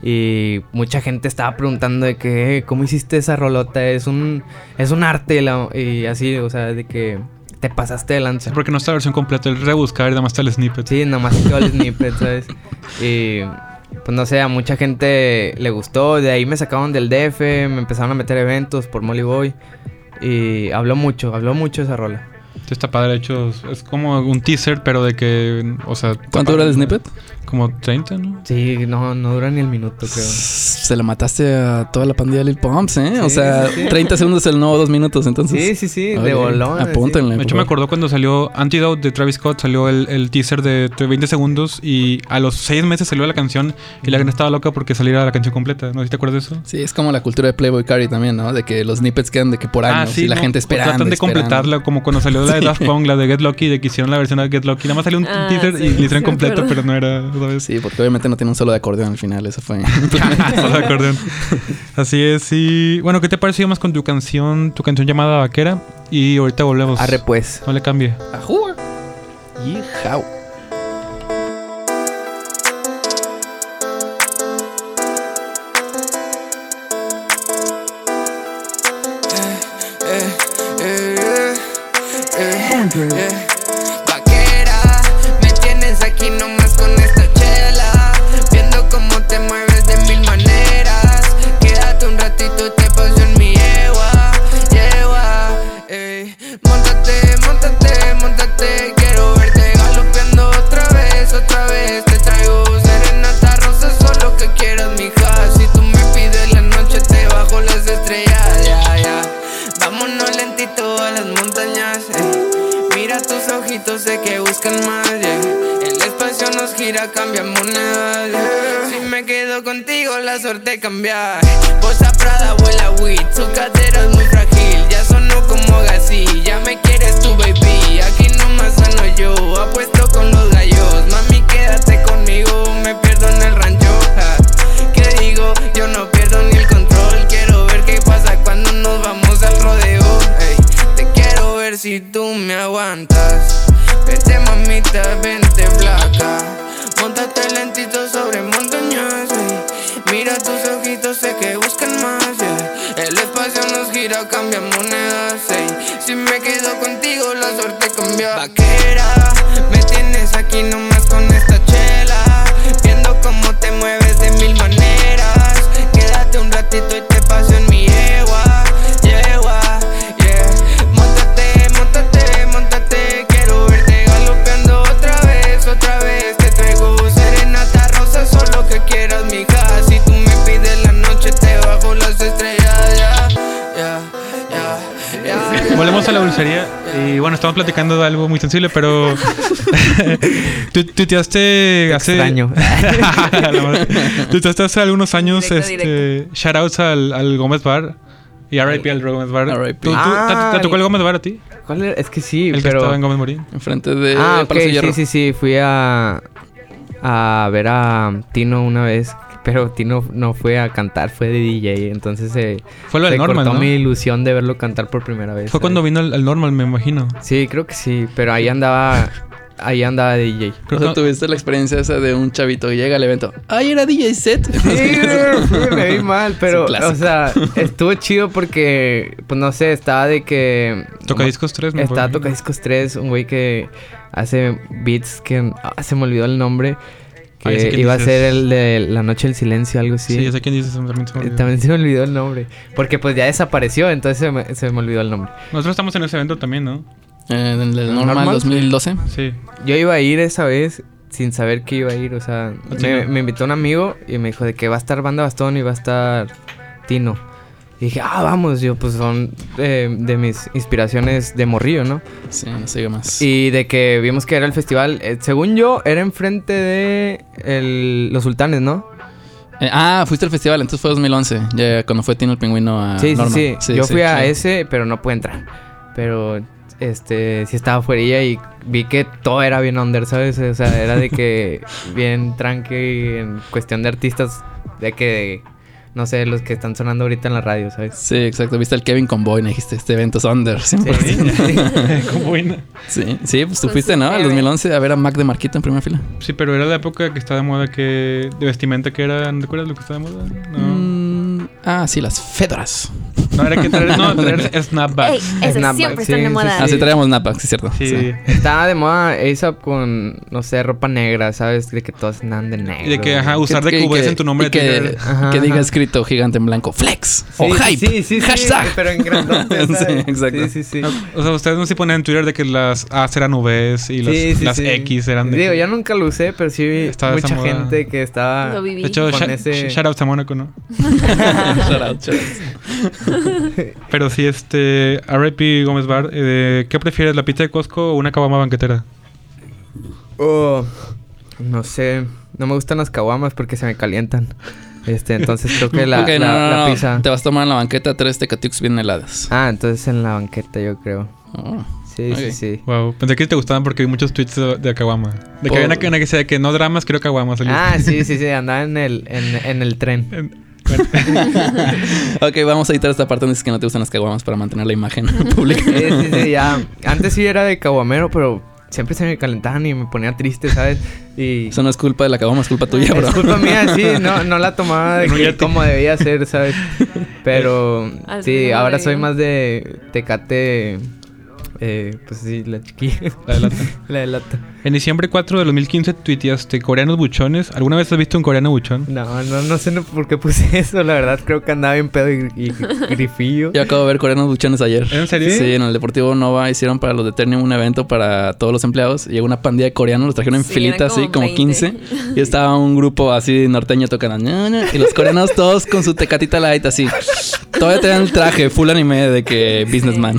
S4: Y mucha gente estaba preguntando de que, "Eh, ¿cómo hiciste esa rolota? Es un, es un arte la- y así, o sea, de que te pasaste de lanza.
S1: Porque no está la versión completa. El rebuscar y nada más está el snippet.
S4: Sí, nomás quedó el snippet, ¿sabes? Y pues no sé, a mucha gente le gustó. De ahí me sacaron del DF, me empezaron a meter eventos por Molly Boy. Y habló mucho, habló mucho esa rola.
S1: Sí, Está padre, de hecho. Es como un teaser, pero de que... O sea... está
S2: ¿Cuánto
S1: padre.
S2: dura el snippet?
S1: Como 30, ¿no?
S4: Sí, no, no dura ni el minuto, creo.
S2: Pues, Se la mataste a toda la pandilla de Lil Pumps, ¿eh? o
S4: Sí,
S2: sea,
S4: sí, sí.
S2: 30 segundos es el nuevo, dos minutos, entonces.
S4: Sí, sí, sí,
S2: Oye,
S4: de bolón. así.
S2: Apúntenle.
S1: De
S2: por
S1: hecho, me
S2: favor.
S1: acordó cuando salió Antidote de Travis Scott, salió el, el teaser de 20 segundos y a los 6 meses salió la canción y la gente estaba loca porque saliera la canción completa. ¿No ¿Sí te acuerdas de eso?
S2: Sí, es como la cultura de Playboy Carry también, ¿no? De que los snippets quedan de que por años y la
S1: Ah, no,
S2: gente esperando.
S1: Tratan de
S2: esperando.
S1: completarla, como cuando salió la de
S2: Sí.
S1: Daft Punk, la de Get Lucky, de que hicieron la versión de Get Lucky. Nada más salió un
S3: Ah,
S1: teaser
S3: sí,
S1: y le hicieron
S3: sí,
S1: completo,
S3: me
S1: pero
S3: acuerdo.
S1: no era, ¿sabes?
S2: Sí, porque obviamente no tiene un solo de acordeón al final, eso fue.
S1: Solo de acordeón. Así es, y bueno, ¿qué te pareció más con tu canción, tu canción llamada Vaquera? Y ahorita volvemos.
S4: Arre pues.
S1: No le cambie.
S2: Ajúa. Yijau.
S5: Vaquera, me tienes aquí nomás con esta chela. Viendo cómo te mueves de mil maneras. Quédate un ratito, te paso en mi yegua, yegua. Ey. Móntate, montate, montate. Quiero verte galopeando otra vez, otra vez. Te traigo serenata, rosas o lo que quieras, mija. Si tú me pides la noche, te bajo las estrellas, ya, ya. Vámonos lentito a las montañas. eh. Mira tus ojitos, sé que buscan más. yeah. El espacio nos gira, cambia monedas. yeah. Si me quedo contigo, la suerte cambia. Bolsa Prada, vuela weed. Su cadera es muy frágil, ya sonó como gasí. Ya me quieres tu baby. Aquí nomás sano yo, apuesto con los gallos. Mami, quédate conmigo, me pierdo en el rancho. ja. ¿Qué digo? Yo no pierdo ni el control. Quiero ver qué pasa cuando nos vamos al rodeo. ey. Te quiero ver si tú me aguantas. Vete, mamita, vente, flaca. Montate lentito sobre montañas. ey. Mira tus ojitos, sé que buscan más. yeah. El espacio nos gira, cambia monedas. ey. Si me quedo contigo, la suerte cambia. Vaquera, me tienes aquí nomás con esta chela. Viendo cómo te mueves de mil maneras. Quédate un ratito y te paso en mi yegua,
S1: Volvemos a la dulcería. Y bueno, estamos platicando de algo muy sensible, pero. tú tuiteaste hace.
S4: extraño.
S1: La madre. tuiteaste hace algunos años
S3: Directo,
S1: este, shoutouts al, al Gómez Bar. Y RIP al Gómez Bar.
S2: R.I.P..
S1: ¿Tú- tú-
S4: Ah,
S1: te, te tocó el Gómez Bar a ti?
S4: ¿Cuál era? Es que sí,
S1: El que
S4: pero...
S1: estaba en Gómez Morín.
S2: Enfrente de
S4: ah, ok,
S2: Eh, Palacio de
S4: sí,
S2: Hierro.
S4: sí, sí. Fui a, a ver a Tino una vez, pero Tino no fue a cantar, fue de DJ. Entonces eh,
S1: Fue lo
S4: se
S1: del Normal,
S4: cortó
S1: ¿no?
S4: mi este. ilusión de verlo cantar por primera vez.
S1: Fue cuando
S4: ¿sabes?
S1: vino el, el Normal, me imagino.
S4: Sí, creo que sí, pero ahí andaba, ahí andaba de DJ.
S2: O
S1: Creo
S2: sea,
S1: que-
S2: tuviste la experiencia esa de un chavito que llega al evento. ¡Ay, era DJ set!
S4: Sí, güey, me vi mal, pero,
S2: Es un clásico.
S4: o sea, estuvo chido porque, pues no sé, estaba de que...
S1: Tocadiscos 3, ¿no?
S4: Está Tocadiscos 3, un güey que hace beats que ah, se me olvidó el nombre. Que
S1: Ah, ya sé quién
S4: iba
S1: dices.
S4: a ser el de La Noche del Silencio, algo así.
S1: Sí, ya sé quién dices. También se me
S4: Eh,
S1: olvidó.
S4: También se me olvidó el nombre. Porque pues ya desapareció, entonces se me, se me olvidó el nombre.
S1: Nosotros estamos en ese evento también, ¿no?
S2: Ah, En el normal,
S4: Normal,
S2: 2012.
S1: Sí.
S4: Yo iba a ir esa vez sin saber que iba a ir. O sea,
S1: ¿A ti
S4: me,
S1: no?
S4: me invitó un amigo y me dijo de que va a estar Banda Bastón y va a estar Tino. Y dije, ah, vamos, yo pues son eh, de mis inspiraciones de morrillo, ¿no?
S2: Sí, no sigue más.
S4: Y de que vimos que era el festival, eh, según yo, era enfrente de el- los sultanes, ¿no?
S2: Eh, ah, fuiste al festival, entonces fue 2011. Ya cuando fue Tino el Pingüino a
S4: sí, sí,
S2: Norma.
S4: sí, Yo fui a
S2: sí.
S4: ese, pero no pude entrar. Pero este sí estaba fuera y vi que todo era bien under, ¿sabes? O sea, era de que bien tranqui en cuestión de artistas, de que no sé, los que están sonando ahorita en la radio, ¿sabes?
S2: Sí, exacto. Viste al Kevin Convoy, dijiste, este evento es under. Sí,
S4: Sí.
S1: Como buena.
S2: sí, sí, pues tú
S3: Con
S2: fuiste,
S3: su
S2: ¿no? Al
S3: bebé.
S2: 2011 a ver a Mac de Marquito en primera fila.
S1: Sí, pero era la época que estaba de moda que de vestimenta que era, ¿no te acuerdas lo que estaba de moda? No.
S2: Mm, ah, sí, las fedoras.
S1: No era que traer, no, traer snapback.
S3: Ey, esas
S4: Snapback,
S3: siempre
S4: sí,
S3: están de
S4: sí,
S3: moda.
S2: Ah, sí, traíamos Napac, sí, cierto.
S1: Sí.
S2: Sí.
S4: Estaba de moda ASAP con, no sé, ropa negra, ¿sabes? De que todos andan de negro.
S1: Y de que, ajá, usar de
S2: Que- que-
S1: QVC
S2: que-
S1: Pues en tu nombre
S2: y que,
S1: de
S4: Ajá,
S2: que diga
S4: ajá.
S2: escrito gigante en blanco, flex
S4: Sí,
S2: o
S4: sí,
S2: Oh, hype,
S4: sí, sí, sí,
S2: hashtag.
S4: pero en grandote,
S2: Sí,
S4: ¿sabes?
S2: exacto.
S4: Sí, sí, sí.
S1: O sea, ustedes no se ponen en Twitter de que las A eran Vs y las,
S4: Sí, sí,
S1: las
S4: sí.
S1: X eran de.
S4: Digo, yo nunca lo usé, pero sí vi
S1: Estaba esa
S4: mucha
S1: moda.
S4: gente que estaba...
S3: Lo viví.
S1: De hecho,
S4: con
S1: sha-
S4: ese-
S1: shout out a Mónaco, ¿no?
S2: Shout out, shout out.
S1: Pero sí, este. R.I.P. Gómez Bar, eh, ¿qué prefieres, la pizza de Costco o una cabama banquetera?
S4: Oh, no sé. No me gustan las caguamas porque se me calientan. Este, entonces creo que la,
S2: Ok, no,
S4: la-
S2: no, no,
S4: la
S2: no.
S4: pizza.
S2: Te vas a tomar en la banqueta tres tecatiux bien heladas.
S4: Ah, entonces en la banqueta yo creo.
S2: Oh.
S4: Sí,
S2: Ok.
S4: sí, sí.
S1: Wow, pensé que te gustaban porque hay muchos tweets de, de Kawama. De que
S2: Por-
S1: había una, una que sea que no dramas, creo Kawama. salió.
S4: Ah, sí, sí, sí. Andaba en el, en, en el tren.
S1: En-
S2: ok, vamos a editar esta parte donde dices que no te gustan las caguamas para mantener la imagen pública.
S4: Sí, sí, sí, ya. Antes sí era de caguamero, pero siempre se me calentaban y me ponía triste, ¿sabes? Y.
S2: Eso no es culpa de la caguama, es culpa tuya, bro.
S4: Es culpa mía, sí, no, no la tomaba de
S1: No,
S4: que
S1: ya te-
S4: como debía ser, ¿sabes? Pero
S3: Al
S4: sí,
S3: final
S4: ahora
S3: de-
S4: soy más de tecate, eh, pues sí, la chiquilla.
S1: la de lata.
S4: La de lata.
S1: En diciembre 4 de 2015 tuiteaste coreanos buchones. ¿Alguna vez has visto un coreano buchón?
S4: No, no, no sé no- por qué puse eso, la verdad creo que andaba bien pedo y, y grifillo.
S2: Yo acabo de ver coreanos buchones ayer.
S1: ¿En serio?
S2: Sí, en el Deportivo Nova hicieron para los de Ternium un evento para todos los empleados. Llegó una pandilla de coreanos, los trajeron en
S3: Sí,
S2: filita
S3: eran como
S2: así, como
S3: 20.
S2: 15. Y estaba un grupo así norteño tocando. "Na, na", Y los coreanos todos con su tecatita light así. Todavía tenían el traje full anime de que businessman.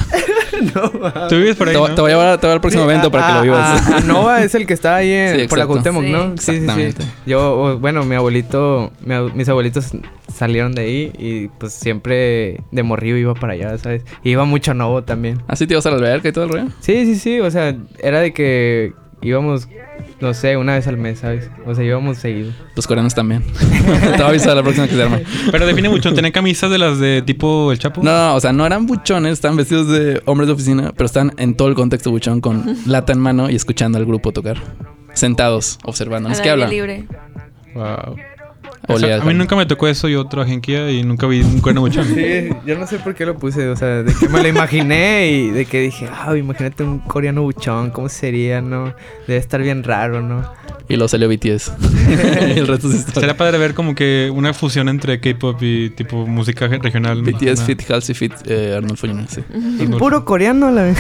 S1: ¿Tú vives por
S2: Ah.
S1: ahí?
S2: Te, voy-
S1: no?
S2: te voy a llevar, te voy a llevar al próximo
S4: ah,
S2: evento para que lo vivas.
S4: A, a- a Nova es el que está ahí en-
S2: Sí,
S4: por la
S2: exacto.
S4: Cuauhtémoc,
S3: Sí.
S4: ¿no? Sí, sí, sí.
S2: Exactamente.
S4: Yo, o- bueno, mi abuelito, mi ab- mis abuelitos salieron de ahí y pues siempre de morrillo iba para allá, ¿sabes? Y iba mucho a Novo también.
S2: Así ¿Ah, te ibas a la alberca y todo el rollo.
S4: Sí, sí, sí, o sea, era de que íbamos, no sé, una vez al mes, ¿sabes? O sea, íbamos seguido.
S2: Los coreanos también. te voy a avisar la próxima que se arme.
S1: Pero define buchón. ¿Tenía camisas de las de tipo el Chapo?
S2: No, no, o sea, no eran buchones, estaban vestidos de hombres de oficina, pero están en todo el contexto buchón con lata en mano y escuchando al grupo tocar. Sentados, observando.
S3: Al
S2: Es que
S3: aire
S2: hablan.
S3: libre.
S1: Wow. O sea,
S2: Olía
S1: a mí
S2: alcohol.
S1: nunca me tocó eso. Yo trabajé en Kia y nunca vi un coreano buchón.
S4: Sí, yo no sé por qué lo puse, o sea, de que me lo imaginé y de que dije, ah, imagínate un coreano buchón, ¿cómo sería, no? Debe estar bien raro, ¿no?
S2: Y luego salió BTS. y el resto es historia.
S1: Sería padre ver como que una fusión entre K-pop y tipo música regional.
S2: BTS
S1: Ajá.
S2: Fit, Halsey Fit, eh, Arnulfo Jr. Sí.
S4: Y puro coreano a la vez.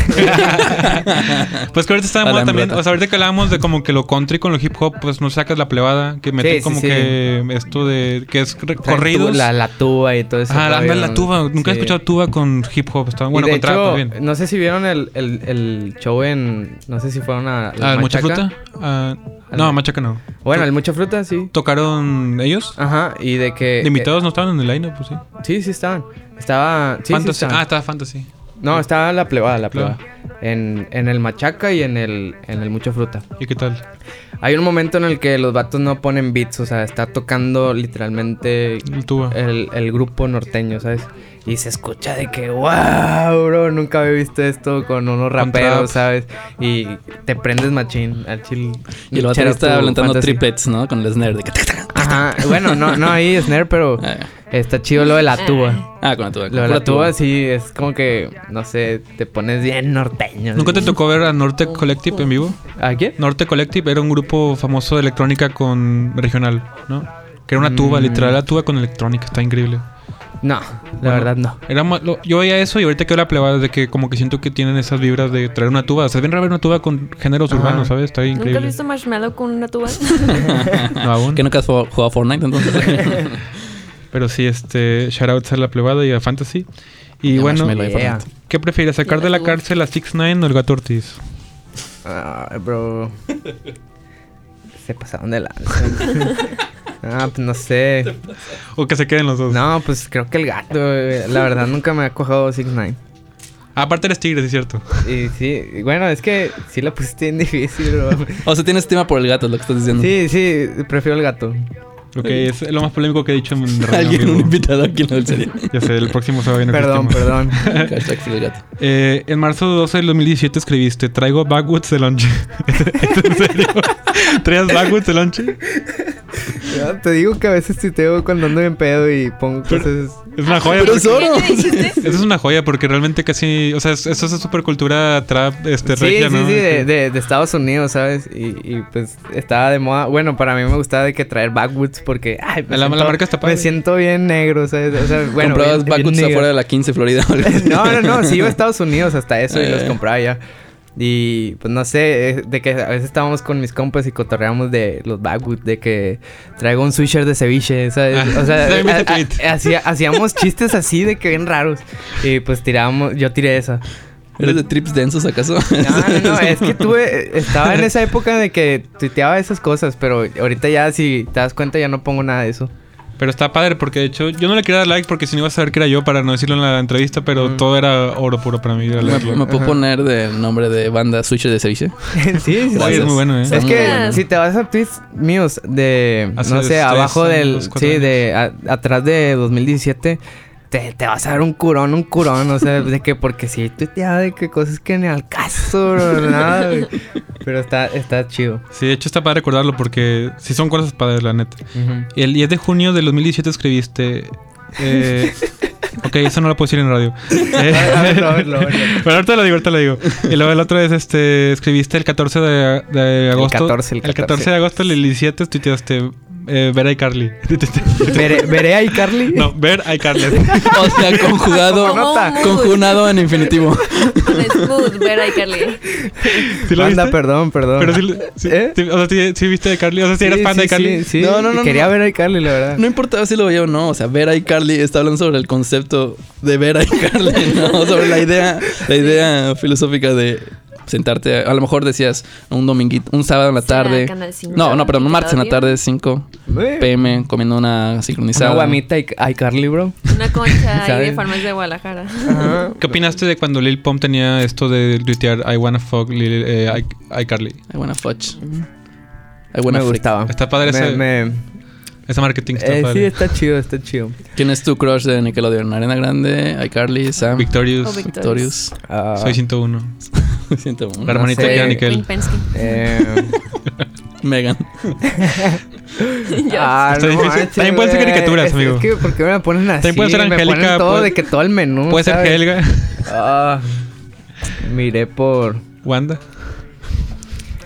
S1: Pues que ahorita está
S2: A
S1: de
S2: la
S1: moda también.
S2: embrota.
S1: O sea, ahorita que hablábamos de como que lo country con lo hip hop, pues no sacas la plebada. Que meten
S4: sí,
S1: como
S4: sí.
S1: que esto de. que es re- corridos.
S4: La, la tuba y todo eso.
S1: Ajá, anda en la tuba. Nunca he
S4: Sí.
S1: escuchado tuba con hip hop. Está bueno,
S4: y de
S1: con trap
S4: hecho,
S1: también.
S4: no sé si vieron el, el, el show en. No sé si fueron a. la
S1: Ah, ¿Mucha
S4: Machaca.
S1: fruta? Ah, no, machaca no.
S4: Bueno, el Mucha Fruta, sí.
S1: ¿Tocaron ellos?
S4: Ajá, y de que.
S1: ¿De invitados no estaban en el line pues sí.
S4: eh, Ah, sí, sí estaban. Estaba. Sí, sí
S1: Fantasy.
S4: estaban.
S1: ah, estaba Fantasy.
S4: No, estaba la plebada, la plebada.
S1: Plebada.
S4: En, en el Machaca y en el, en el Mucha Fruta.
S1: ¿Y qué tal?
S4: Hay un momento en el que los vatos no ponen beats, o sea, está tocando literalmente
S1: El tuba.
S4: el, el grupo norteño, ¿sabes? Y se escucha de que, wow, bro, nunca había visto esto con unos
S1: Con trap.
S4: raperos, ¿sabes? Y te prendes machín al chile.
S2: Y el
S4: Chero,
S2: baterista
S4: tu
S2: aventando
S4: fantasy.
S2: triplets, ¿no? Con el snare. De...
S4: Ajá, bueno, no, no ahí snare, pero
S2: Ah,
S4: está chido lo de la tuba.
S2: Ah, con la tuba.
S4: Lo de
S2: con
S4: la tuba sí es como que, no sé, te pones bien norteño.
S1: ¿Nunca te
S4: así.
S1: tocó ver a Norte Collective en vivo?
S4: ¿A quién?
S1: Norte Collective era un grupo famoso de electrónica con regional, ¿no? Que era una tuba,
S4: Mm.
S1: literal, la tuba con electrónica, está increíble.
S4: No, la verdad no.
S1: Era ma- lo- yo veía eso y ahorita que la plebada de que como que siento que tienen esas vibras de traer una tuba. O sea, es bien raro ver una tuba con géneros
S4: Ajá.
S1: urbanos, ¿sabes? Está
S3: ¿Nunca he
S1: increíble.
S3: visto Marshmallow con una tuba?
S1: No aún.
S2: ¿Que nunca has jugado jugado Fortnite entonces?
S1: Pero sí, este, shoutouts a la plebada y a Fantasy. Y
S2: Ya,
S1: bueno, eh,
S2: Marshmallow y
S4: yeah.
S2: Fortnite.
S1: ¿qué prefieres? ¿Sacar
S3: Ya
S1: de
S3: la
S1: la
S3: tuba.
S1: cárcel a 6ix9ine o el gato Ortiz?
S4: Ay, bro. Se pasaron de lanza. ah, pues no sé.
S1: O que se queden los dos.
S4: No, pues creo que el gato. güey. La verdad, nunca me ha cojado 6 9
S1: Aparte eres tigre, es cierto.
S4: Y sí, y bueno, es que sí la pusiste bien difícil, bro.
S2: o sea, tienes tema por el gato, es lo que estás diciendo.
S4: Sí, sí, prefiero el gato.
S1: Ok, es lo más polémico que he dicho en Radio
S2: Alguien,
S1: Amigo.
S2: un invitado aquí en la dulcería.
S1: Ya sé, el próximo se va a venir.
S4: Perdón, perdón.
S2: Hashtag Free el gato.
S1: Eh, en marzo 12 del 2017 escribiste, traigo backwoods de lonche. ¿Es en serio? ¿Traías backwoods de lonche?
S4: Ya, Te digo que a veces tuiteo cuando ando en pedo y pongo cosas.
S1: Es una joya.
S2: Pero
S1: porque-
S2: es oro.
S3: ¿Qué te dijiste?
S1: Eso es una joya porque realmente casi... O sea, es- eso es supercultura trap, este,
S4: Sí,
S1: regia,
S4: sí,
S1: ¿no?
S4: sí, de, de- de Estados Unidos, ¿sabes? Y, y, pues estaba de moda. Bueno, para mí me gustaba de que traer Backwoods porque. Ay, me
S1: La- la marca está padre.
S4: Me siento bien negro, ¿sabes? O sea, bueno.
S2: Comprabas
S4: bien- bien
S2: backwoods
S4: nigger.
S2: afuera de la 15 Florida. o algo así.
S4: No, no, no, sí iba a Estados Unidos hasta eso y los
S2: Eh.
S4: compraba ya. Y pues no sé, eh, de que a veces estábamos con mis compas y cotorreamos de los backwoods, de que traigo un swisher de ceviche, ¿sabes?
S1: Ah,
S4: o sea,
S1: también vi ese
S4: a- a-
S1: tweet.
S4: hacía- hacíamos chistes así de que bien raros. Y pues tirábamos, yo tiré esa.
S2: ¿Eres de trips densos acaso?
S4: No, no, no, es que tuve, estaba en esa época de que tuiteaba esas cosas, pero ahorita ya si te das cuenta ya no pongo nada de eso.
S1: Pero está padre porque de hecho yo no le quería dar like porque si no iba a saber que era yo para no decirlo en la entrevista, pero
S4: Mm.
S1: todo era oro puro para mí. era
S2: ¿Me,
S1: leerlo.
S2: me puedo poner del nombre de banda Switch de ceviche?
S4: sí, sí,
S1: Oye,
S4: sí.
S1: es muy bueno, Ah, ¿eh?
S2: Está
S4: Es
S2: muy
S4: que
S2: bueno.
S4: si te vas a tweets míos de,
S1: Hace
S4: no sé,
S1: tres
S4: abajo
S1: años,
S4: del,
S1: dos, cuatro
S4: sí,
S1: años.
S4: de, a- atrás de 2017, te, te vas a dar un curón, un curón, o sea, de que, porque si tuiteaba de que cosas que ni al caso, bro, nada, güey. pero está, está chido.
S1: Sí, de hecho está padre recordarlo porque sí son cosas padres, la neta. El 10 de junio del 2017 escribiste... eh, ok, eso no lo puedo decir en radio. Eh,
S4: A verlo, a verlo, a verlo.
S1: Bueno, ahorita lo digo, ahorita lo digo. Y luego la otra vez este, escribiste el 14 de, de agosto.
S4: 14, el 14.
S1: de agosto del 17 tuiteaste eh, Vera y Carly.
S4: Vere- Verea y Carly.
S1: no, Ver y Carly.
S2: O sea,
S4: Como
S2: conjugado,
S4: nota.
S2: conjunado en infinitivo.
S3: Es Smooth, Vera y Carly.
S1: ¿Sí lo
S4: Banda,
S1: viste?
S4: perdón, perdón.
S1: Pero sí, sí-
S4: ¿Eh?
S1: sí, o sea, sí, sí viste de Carly. O sea, si eras
S4: Sí,
S1: fan
S4: sí,
S1: de Carly.
S4: sí, sí.
S2: No, no, no,
S4: Quería
S2: no.
S4: ver a Carly, la verdad.
S2: No importaba si lo veía o no, o sea, Vera y Carly está hablando sobre el concepto de Vera y Carly, ¿no? Sobre la idea, la idea filosófica de sentarte, a, a lo mejor decías un dominguito, un sábado en la
S3: ¿Será
S2: tarde.
S3: Canal cinco?
S2: No, no, perdón, un martes en la
S3: ¿Todavía?
S2: tarde, 5
S4: Eh,
S2: pm, comiendo una
S4: Una
S2: sincronizada.
S4: guamita y y Carly, bro.
S3: Una concha ahí de
S4: ¿Sabes?
S3: farmacia de Guadalajara.
S4: Ajá.
S1: ¿Qué opinaste de cuando Lil Pump tenía esto de tuitear I wanna fuck Lil, eh, I, I Carly?
S2: I wanna fudge. I wanna
S4: me
S2: freak.
S4: gustaba.
S1: Está padre
S4: Ah, Me-
S1: ese,
S4: me-
S1: ese marketing. Está
S4: eh, sí,
S1: padre.
S4: está chido, está chido.
S2: ¿Quién es tu crush de Nickelodeon? Arena Grande, iCarly, Sam,
S1: Victorious.
S3: O Vic-
S2: Victorious.
S4: Ah,
S1: Soy 101.
S2: Siento mucho.
S1: La hermanita
S4: sé.
S1: de
S3: Queen
S1: Nickel.
S3: Penske.
S4: eh,
S2: Megan.
S4: ah,
S1: Está
S4: no
S1: difícil.
S4: manches,
S1: También pueden ser
S4: güey.
S1: caricaturas,
S4: Es-
S1: amigo.
S4: Es que, ¿por qué me la ponen así?
S1: También puede ser
S4: Me
S1: Angélica,
S4: ponen todo
S1: puede-
S4: de que todo el menú.
S1: Puede ser
S4: ¿sabes?
S1: Helga,
S4: Ah, miré por.
S1: Wanda.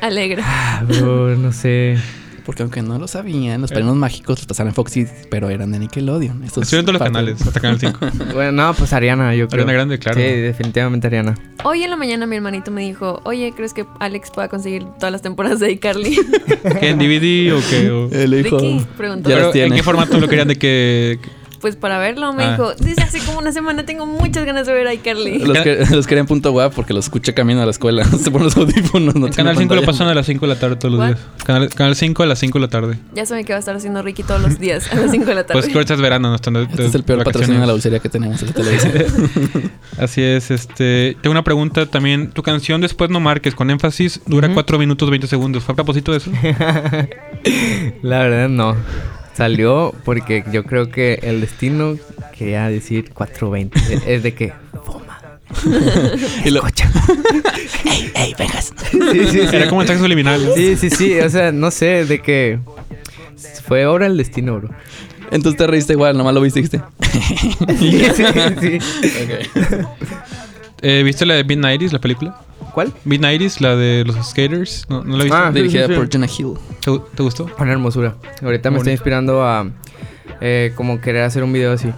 S3: Alegra.
S4: Ah, bro, no sé.
S2: Porque aunque no lo sabían,
S1: Eh.
S2: los padrinos mágicos los pasaron en Fox Kids, pero eran de Nickelodeon. Estos
S1: Estuvieron todos los
S2: patos-
S1: canales, hasta Canal 5.
S4: Bueno, no, pues Ariana, yo creo.
S1: Ariana Grande, claro.
S4: Sí, definitivamente Ariana.
S3: Hoy en la mañana mi hermanito me dijo, oye, ¿crees que Alex pueda conseguir todas las temporadas de iCarly?
S1: ¿Qué, ¿En DVD o qué? O-
S2: Eh, le dijo-
S3: Ricky preguntó.
S2: Ya
S1: Pero,
S2: las
S1: ¿En
S2: tiene.
S1: qué formato lo querían de que...
S3: Pues para verlo, me
S1: Ah.
S3: dijo, desde hace como una semana tengo muchas ganas de ver iCarly.
S2: Los, que, los querían punto guap porque los escuché camino a la escuela. Se ponen los audífonos. No tiene
S1: Canal 5 lo
S2: pantalla.
S1: pasan a las 5 de la tarde todos los
S3: ¿What?
S1: días. Canal, canal 5 a las 5 de la tarde.
S3: Ya saben que va a estar haciendo Ricky todos los días a las 5 de la tarde.
S1: Pues que ahorita es verano, no están de-
S2: Este
S1: de
S2: es el peor
S1: vacaciones.
S2: patrocinio de la dulcería que tenemos en la televisión.
S1: Así es, este. Tengo una pregunta también. Tu canción Después No Marques, con énfasis, dura 4 minutos 20 segundos. ¿Fue a propósito de eso?
S4: La verdad, no. Salió porque yo creo que el destino quería decir 420. Es- Es de que.
S2: y lo,
S4: Sí, sí, sí.
S1: Era como un mensaje subliminal. ¿no?
S4: Sí, sí, sí. O sea, no sé, de que. Fue obra el destino, bro.
S2: entonces te reíste igual, nomás lo viste y dijiste.
S4: Sí, sí, sí.
S1: Eh, ¿Viste la de Mid-90s, la película?
S4: ¿Cuál?
S1: Mid-90s, la de los skaters. ¿No, no la viste?
S4: Ah, sí,
S2: Dirigida
S4: sí, sí.
S2: por Jonah Hill.
S1: ¿Te, te gustó?
S4: Una hermosura. Ahorita
S1: Bonito.
S4: me estoy inspirando a. eh, como querer hacer un video así.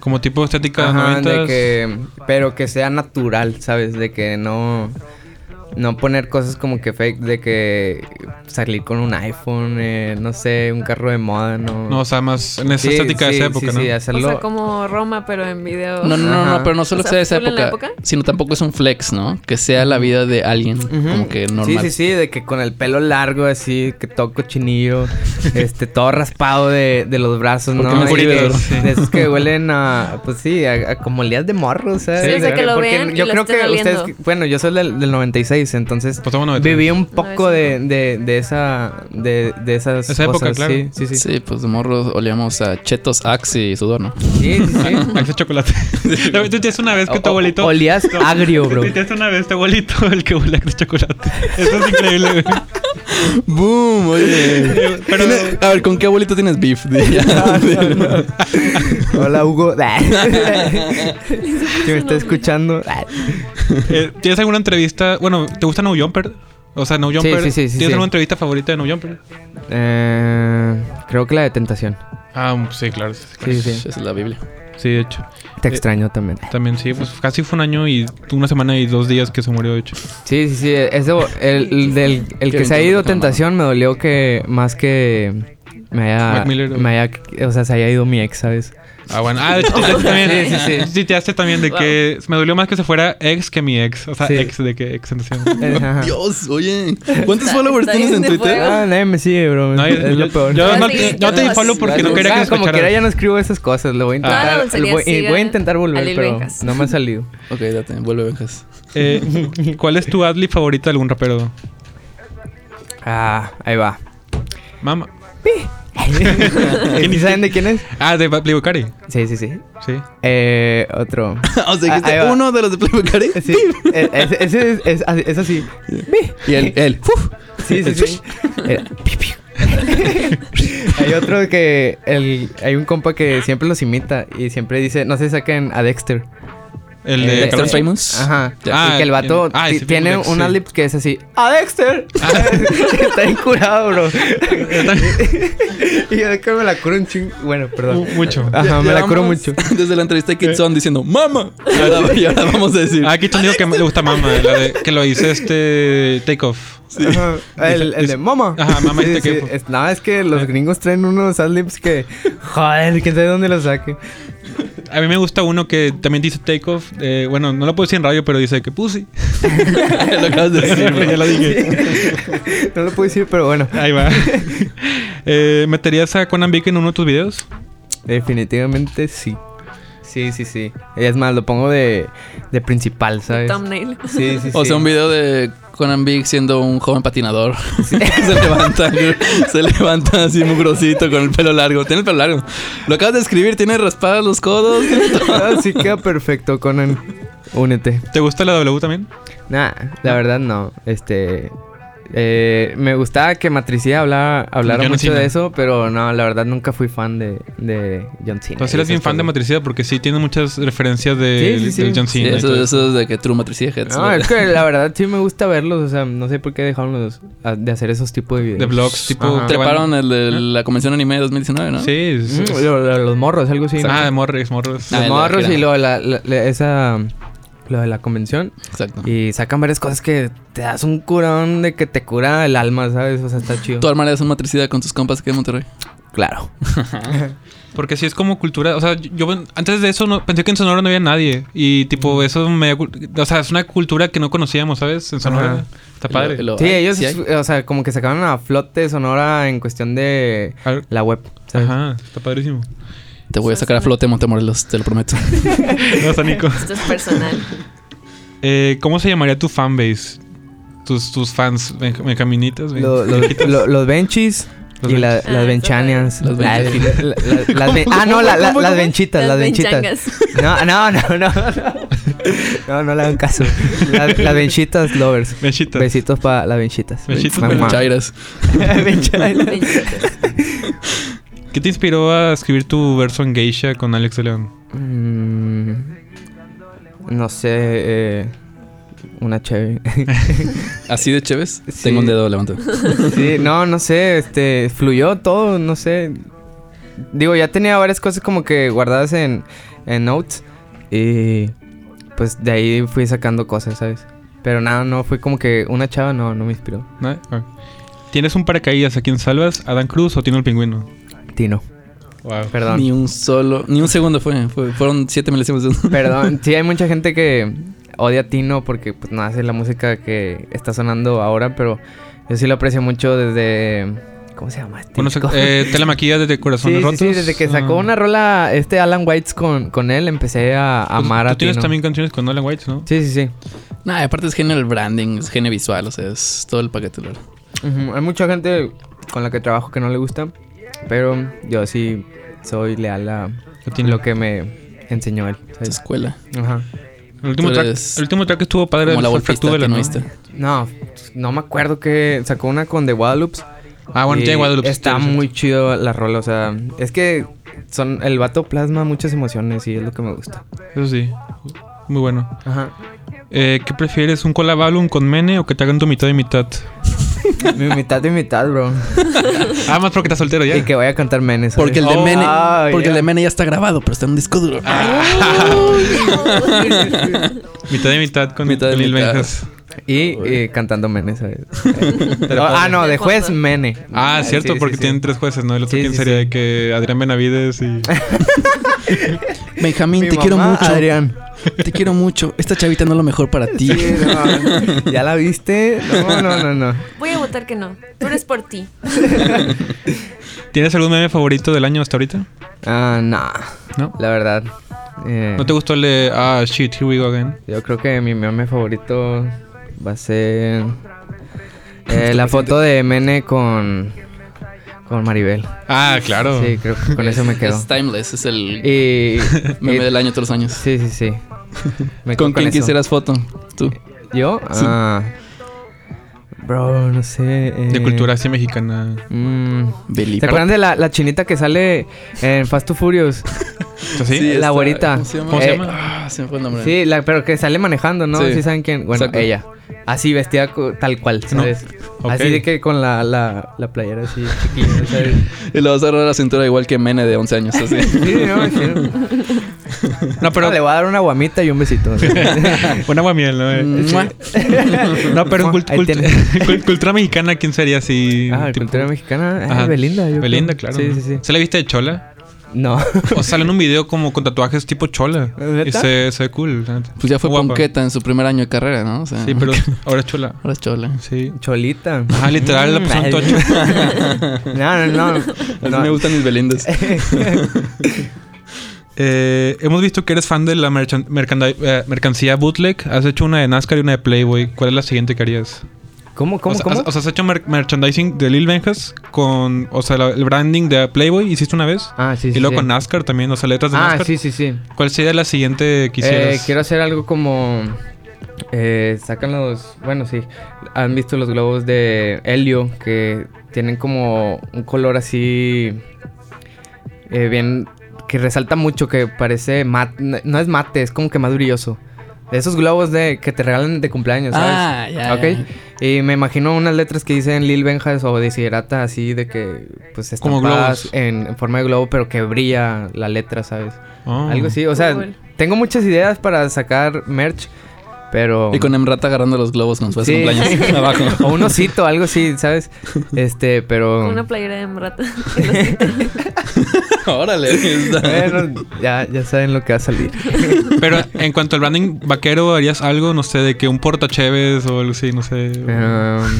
S1: Como tipo estética
S4: Ajá,
S1: 90s.
S4: de que, pero que sea natural, ¿sabes? De que no no poner cosas como que fake, de que salir con un iPhone, eh, no sé, un carro de moda, no.
S1: No, o sea, más en esa
S4: Sí,
S1: estética de
S4: sí,
S1: esa época,
S4: sí,
S1: ¿no?
S4: Sí,
S3: o
S4: hacerlo.
S3: sea, como Roma, pero en video.
S2: No, no, no,
S4: Ajá.
S2: no, pero no solo
S3: O
S2: que
S3: sea,
S2: sea esa
S3: ¿solo en
S2: época,
S3: la época?
S2: sino tampoco es un flex, ¿no? Que sea la vida de alguien,
S4: Ujú.
S2: como que normal.
S4: Sí, sí, sí, de que con el pelo largo así, que todo cochinillo, este, todo raspado de, de los brazos,
S2: Porque
S4: ¿no?
S2: me
S4: Y
S2: sirve,
S4: que-
S2: sí.
S4: de esos que huelen a, pues sí, a, a como olías de morro, ¿sabes?
S3: Sí, o sea,
S4: De
S3: que lo
S4: porque
S3: vean y
S4: Yo
S3: lo
S4: creo
S3: estén
S4: que
S3: oliendo.
S4: ustedes, bueno, yo soy del, del 96, entonces
S1: Pues, estamos en 90s.
S4: Viví un poco de, de, de esa de, de esas
S1: Esa época,
S4: cosas,
S1: claro.
S4: sí, sí, sí. Sí,
S2: Sí, pues de morros olíamos a chetos, axe y sudor, ¿no?
S4: sí, sí.
S1: Ah, ese chocolate. Tú hiciste una vez que tu
S4: O- o-
S1: abuelito.
S4: olías agrio, bro.
S1: Tuiteaste una vez tu abuelito el que huele a chocolate. Eso es increíble, güey.
S2: ¡Boom! Oye.
S1: Pero-
S2: Tiene- A ver, ¿con qué abuelito tienes beef? De-
S4: Hola, Hugo. si me está escuchando.
S1: Eh, ¿Tienes alguna entrevista? Bueno, ¿te gusta No Jumper? O sea, No Jumper.
S4: sí, sí, sí,
S1: ¿Tienes
S4: sí.
S1: alguna entrevista favorita de No Jumper?
S4: Eh, creo que la de tentación.
S1: Ah, mm, sí, claro. Sí, claro.
S4: Sí, sí.
S2: Esa es la Biblia.
S1: Sí, de hecho.
S4: Te extraño también.
S1: También sí, pues casi fue un año y una semana y dos días que se murió, de hecho.
S4: Sí, sí, sí. Eso, el, el del- el que se ha ido tentación me dolió que más que me haya,
S1: Mac Miller,
S4: me haya- o sea, se haya ido mi ex, ¿sabes?
S1: Ah, bueno. Ah, de hecho, tuiteaste también.
S4: Sí, sí, sí.
S1: Tuiteaste también de que me dolió más que se fuera ex que mi ex. O sea,
S4: Sí.
S1: ex de que ex. entonces.
S4: Ajá.
S2: Dios, oye. ¿Cuántos
S3: Está-
S2: followers
S3: está
S2: tienes
S3: bien
S2: en
S3: de
S2: Twitter?
S3: fuego.
S4: Ah, nadie me sigue, bro.
S1: No,
S4: es lo peor.
S1: Yo,
S3: Ah,
S1: no,
S3: sí,
S1: yo te
S3: no,
S1: follow
S3: sí.
S1: porque no quería que Ah.
S4: Ah,
S1: se
S4: como
S1: escuchara.
S4: quiera ya no escribo esas cosas, lo voy a
S3: Toda la
S4: intentar.
S3: dulcería
S4: lo voy, y
S3: sigue
S4: voy a intentar
S3: a
S4: volver,
S3: Lil
S4: pero
S3: Benjas.
S4: no me ha salido.
S2: Ok, date, vuelve, venjas.
S1: Eh, ¿Cuál es tu adli favorita de algún rapero?
S4: Ah, ahí va.
S1: Mama.
S4: ¿Y saben de quién es?
S1: Ah, de Bad Blue Cari.
S4: Sí, sí, sí.
S1: Sí.
S4: Eh, otro.
S2: o sea,
S4: Ah, ahí
S2: dijiste
S4: va.
S2: uno de los de Playboy Cari.
S4: Sí, eh, ese, ese es, es, así- es así.
S2: Y él, él. ¡fuf!
S4: Sí, sí, sí. Eh, hay otro que el, hay un compa que siempre los imita y siempre dice, no se saquen a Dexter.
S1: El
S4: Eh,
S1: de
S4: Dexter
S2: Extra
S1: Carlos-
S2: Famous.
S4: Ajá.
S1: Ya.
S4: y que el vato
S1: Ah,
S4: ti-
S1: sí,
S4: tiene
S1: Dexter, Ah.
S4: una
S1: sí.
S4: lip que es así, ¡A Dexter! Está bien curado, bro. y yo de que me la curo un chingo. Bueno, perdón. Ah,
S1: Mu- Mucho.
S4: Ajá, me la curo
S2: Llevamos
S4: mucho.
S2: Desde la entrevista de Kidson diciendo ¡Mama! Y ahora, y ahora vamos a decir.
S1: Ah, aquí te digo que le gusta Mama, la de, que lo hice este Take Off.
S4: Ajá, El, el de Mama.
S1: Ajá, este Mama
S4: Sí,
S1: y Tequepo.
S4: sí, es- No, es que los gringos traen unos adlibs que. Joder, quién sabe dónde los saque.
S1: A mí me gusta uno que también dice Take Off. eh, bueno, no lo puedo decir en radio, pero dice que Pussy.
S2: lo acabas de decir, güey.
S1: ya lo dije.
S4: No lo puedo decir, pero bueno.
S1: Ahí va. Eh, ¿Meterías a Conan Big en uno de tus videos?
S4: Definitivamente sí. Sí, sí, sí. Es más, lo pongo de, de principal, ¿sabes?
S3: Thumbnail.
S4: Sí, sí, sí.
S2: O sea, un video de Conan Big siendo un joven patinador. se levanta, se levanta así mugrosito con el pelo largo. Tiene el pelo largo. Lo acabas de escribir, tiene raspados los codos. tiene todo.
S4: Ah, sí queda perfecto, Conan. Únete.
S1: ¿Te gusta la W también?
S4: Nah, la verdad no. Este. Eh, me gustaba que Matricida hablara, hablara
S1: John
S4: mucho
S1: Cena.
S4: de eso, pero no, la verdad nunca fui fan de, de John Cena.
S1: Entonces eres bien fan de Matricida porque sí tiene muchas referencias de,
S4: Sí, sí, sí.
S1: del John
S2: Sí,
S1: Cena. y
S2: eso,
S1: todo.
S2: eso es de que True Matricida Heads.
S4: No,
S2: ¿no?
S4: es que la verdad sí me gusta verlos, o sea, no sé por qué dejaron los- a- de hacer esos tipos de videos.
S1: De vlogs, tipo...
S4: Ajá.
S1: que van-
S2: Treparon el de la convención anime de 2019, ¿no?
S1: Sí. es-
S4: Mm,
S1: es-
S4: lo- lo- los morros, algo así. ¿no?
S1: ah, de Morris, Morris.
S2: Ah, la-
S4: los morros
S2: la-
S4: y lo de la, la- la- esa... Lo de la convención.
S2: Exacto.
S4: Y sacan varias cosas que te das un curón de que te cura el alma, ¿sabes? O sea, está chido.
S2: ¿Tú armarías un matricida con tus compas aquí en Monterrey?
S4: Claro.
S1: Porque sí es como cultura. O sea, yo- yo antes de eso no, pensé que en Sonora no había nadie. Y
S2: Mm.
S1: tipo, eso me. O sea, es una cultura que no conocíamos, ¿sabes? En Sonora.
S4: Ajá.
S1: Está padre.
S2: Y lo- y lo-
S4: Sí,
S2: ay,
S4: ellos,
S2: ¿eh? sí hay.
S4: o sea, como que sacaron a flote Sonora en cuestión de
S1: Al-
S4: la web. ¿sabes?
S1: Ajá, está padrísimo.
S2: Te voy a sacar a flote Montemorelos, te lo prometo.
S1: No, está Nico.
S3: Esto es personal.
S1: Eh, ¿Cómo se llamaría tu fanbase? Tus, tus fans, me, caminitas. ven-
S4: Lo- lo-
S1: viejitas.
S4: lo- los benchis
S1: Los
S4: y la-
S3: benchis. Ah,
S4: las benchanias.
S2: Las
S4: La-
S2: benchis.
S4: la- la- las ben- Ah, no, la- la- las benchitas, las benchitas.
S3: benchangas.
S4: No, no, no, no. No, no le hagan caso. La- Las benchitas lovers.
S1: Benchitas.
S4: Besitos para las benchitas.
S1: Benchitos
S4: Mamá.
S1: pa'
S2: Chairas.
S4: Benchairas.
S3: Benchitas.
S1: ¿Qué te inspiró a escribir tu verso en Geisha con Alex de León?
S4: Mm, No sé. eh, Una chévere.
S2: Así de chéves.
S4: Sí.
S2: Tengo un dedo levantado.
S4: Sí, no, no sé, este, fluyó todo, no sé. Digo, ya tenía varias cosas como que guardadas en, en notes y pues de ahí fui sacando cosas, ¿sabes? Pero nada, no, fue como que una chava no, no me inspiró.
S1: ¿No? Ah. ¿Tienes un paracaídas a quién salvas? ¿Adán Cruz o Tino el Pingüino?
S4: Tino.
S1: Wow.
S4: Perdón.
S2: Ni un solo, ni un segundo fue. fue- fueron siete milésimos de segundo.
S4: Perdón. Sí, hay mucha gente que odia a Tino porque pues no hace la música que está sonando ahora, pero yo sí lo aprecio mucho desde... ¿Cómo se llama este?
S1: Bueno,
S4: chico?
S1: eh, te la maquillas desde
S4: Sí,
S1: Corazones
S4: sí,
S1: Rotos.
S4: sí, desde que sacó
S1: Ah.
S4: una rola este Alan Whites con, con él, empecé a
S1: Pues,
S4: amar
S1: Tú
S4: a
S1: tienes
S4: Tino.
S1: también canciones con Alan White, ¿no?
S4: Sí, sí, sí.
S2: Nah, aparte es genio el branding, es genio visual, o sea, es todo el paquete. la verdad.
S4: Ujú, Hay mucha gente con la que trabajo que no le gusta, pero yo sí soy leal a
S1: A Tino.
S4: lo que me enseñó él.
S2: Es
S4: ¿sabes?
S2: escuela.
S4: Ajá.
S1: El último,
S2: Tú
S1: track,
S2: eres
S1: el último track que estuvo padre
S2: Pues, Como la
S1: fue
S2: golfista,
S1: Fractúbela,
S2: que no
S1: ¿no?
S2: viste.
S4: No, no me acuerdo que sacó una con The Guadalupe.
S1: Ah, bueno,
S4: Y
S1: tiene Guadalupe.
S4: Está
S1: sí, sí.
S4: muy chido la rola, o sea, es que son el vato plasma muchas emociones y es lo que me gusta.
S1: Eso sí. Muy bueno.
S4: Ajá.
S1: Eh, ¿Qué prefieres? ¿Un collab album con Mene o que te hagan tu mitad y mitad?
S4: Mi mitad y mitad, bro.
S1: Ah, más porque estás soltero ya.
S4: Y que voy a cantar menes. ¿sabes?
S2: Porque el de
S1: Oh,
S2: Mene,
S4: ah,
S2: porque
S4: ya. Ah.
S2: el de Mene ya está grabado, pero está en un disco duro.
S1: Mitad y mitad con
S2: Mitad y
S1: Lil
S2: mitad.
S1: Benjas.
S4: Y eh, cantando Mene, ¿sabes?
S1: Pero-
S4: ah, no, de juez
S3: fondo.
S4: Mene.
S1: Ah, cierto,
S4: sí,
S1: porque
S4: sí,
S1: tienen
S4: sí.
S1: tres jueces, ¿no? El otro
S4: Sí,
S1: quién
S4: sí,
S1: sería
S4: sí.
S1: de que Adrián Benavides y.
S2: Benjamín,
S4: Mi
S2: te quiero
S4: mamá,
S2: mucho.
S4: Adrián.
S2: Te quiero mucho. Esta chavita no es lo mejor para ti.
S4: Sí, no, ¿Ya la viste? No, no, no, no.
S3: Voy a votar que no. Tú eres por ti.
S1: ¿Tienes algún meme favorito del año hasta ahorita?
S4: Ah, no.
S1: ¿No?
S4: La verdad. eh,
S1: ¿No te gustó el de Ah, shit, here we go again?
S4: Yo creo que mi meme favorito va a ser eh, la foto de Mene con, con Maribel.
S1: Ah,
S2: Oh.
S1: claro.
S4: Sí, creo que con eso me quedo.
S2: Es timeless, es el
S4: Y.
S2: meme
S4: y-
S2: del año todos los años.
S4: Sí, sí, sí. Me quedo
S2: ¿Con quién
S4: eso.
S2: quisieras foto? Tú.
S4: ¿Yo? Ah. Bro, no sé. eh,
S1: De cultura así mexicana.
S4: mm, ¿Se
S2: Billy.
S4: acuerdan de la, la chinita que sale en Fast to Furious?
S1: ¿Es así?
S4: Sí. la abuelita.
S2: ¿Cómo se llama?
S1: ¿Cómo se
S2: Eh,
S1: llama?
S2: ah, se me fue el nombre.
S4: Sí, la- pero que sale manejando, ¿no?
S2: Sí.
S4: Sí, saben quién. Bueno,
S2: Exacto.
S4: ella. Así vestida co- tal cual, ¿sabes?
S1: Ok.
S4: Así de que con la, la, la playera así chiquilla, ¿sabes?
S2: Y le vas a agarrar la cintura igual que Mene de 11 años. Así.
S4: Sí, no, sí.
S1: No, pero.
S4: le voy a dar una guamita y un besito.
S1: Buena guamiel, ¿no? Eh,
S2: Mua.
S1: No, pero
S4: Mm, Ahí
S1: cult- cult-
S4: tiene.
S1: cult- cultura mexicana, ¿quién sería así?
S4: ah,
S1: Tipo-
S4: cultura mexicana. Ah,
S1: Ajá.
S4: Belinda, yo
S1: Belinda,
S4: creo.
S1: claro.
S4: Sí, sí, sí.
S1: ¿Se la viste de chola?
S4: No.
S1: O sale en un video como con tatuajes tipo chola.
S4: ¿Neta?
S1: Y se, se ve cool. la neta.
S2: Pues ya fue
S1: Guapa.
S2: Ponqueta en su primer año de carrera, ¿no? O sea,
S1: Sí, pero ahora es chola.
S2: Ahora es chola.
S1: Sí.
S4: Cholita.
S1: Ajá, literal, la
S4: Mm,
S1: persona
S4: ay.
S1: tocho.
S4: No, no, no.
S2: Así
S4: No.
S2: me gustan mis belindas.
S1: Eh, hemos visto que eres fan de la merchan- mercanda- eh, mercancía bootleg. Has hecho una de NASCAR y una de Playboy. ¿Cuál es la siguiente que harías?
S4: ¿Cómo, cómo,
S1: o sea,
S4: cómo?
S1: Has, o sea, has hecho mer- merchandising de Lil Benjas con, o sea, la- el branding de Playboy. ¿Hiciste una vez?
S4: ah, sí,
S1: y
S4: sí.
S1: luego
S4: sí.
S1: con NASCAR también, o sea, letras de
S4: Ah,
S1: NASCAR.
S4: sí, sí, sí.
S1: ¿Cuál sería la siguiente que
S4: Eh,
S1: quisieras?
S4: quiero hacer algo como Eh, sacan los. Bueno, sí. Han visto los globos de helio que tienen como un color así. eh, bien. que resalta mucho, que parece. mat- no no es mate, es como que más brilloso. De esos globos de que te regalan de cumpleaños, ¿sabes?
S2: Ah, ya,
S4: Ok. Y me imagino unas letras que dicen Lil Benjas o Desiderata, así de que. Pues
S1: Como
S4: estampadas
S1: globos.
S4: En, en forma de globo, pero que brilla la letra, ¿sabes?
S1: Ah.
S4: Algo así. O sea,
S3: Cool.
S4: tengo muchas ideas para sacar merch, pero.
S2: Y con pues, Emrata agarrando los globos con su
S4: Sí.
S2: cumpleaños abajo.
S4: O un osito, algo así, ¿sabes? Este, pero.
S3: Una playera de rata.
S2: Órale.
S4: Bueno, ya, ya saben lo que va a salir.
S1: Pero en cuanto al branding vaquero, ¿harías algo? No sé, de que un portacheves o algo así, no sé.
S4: Um,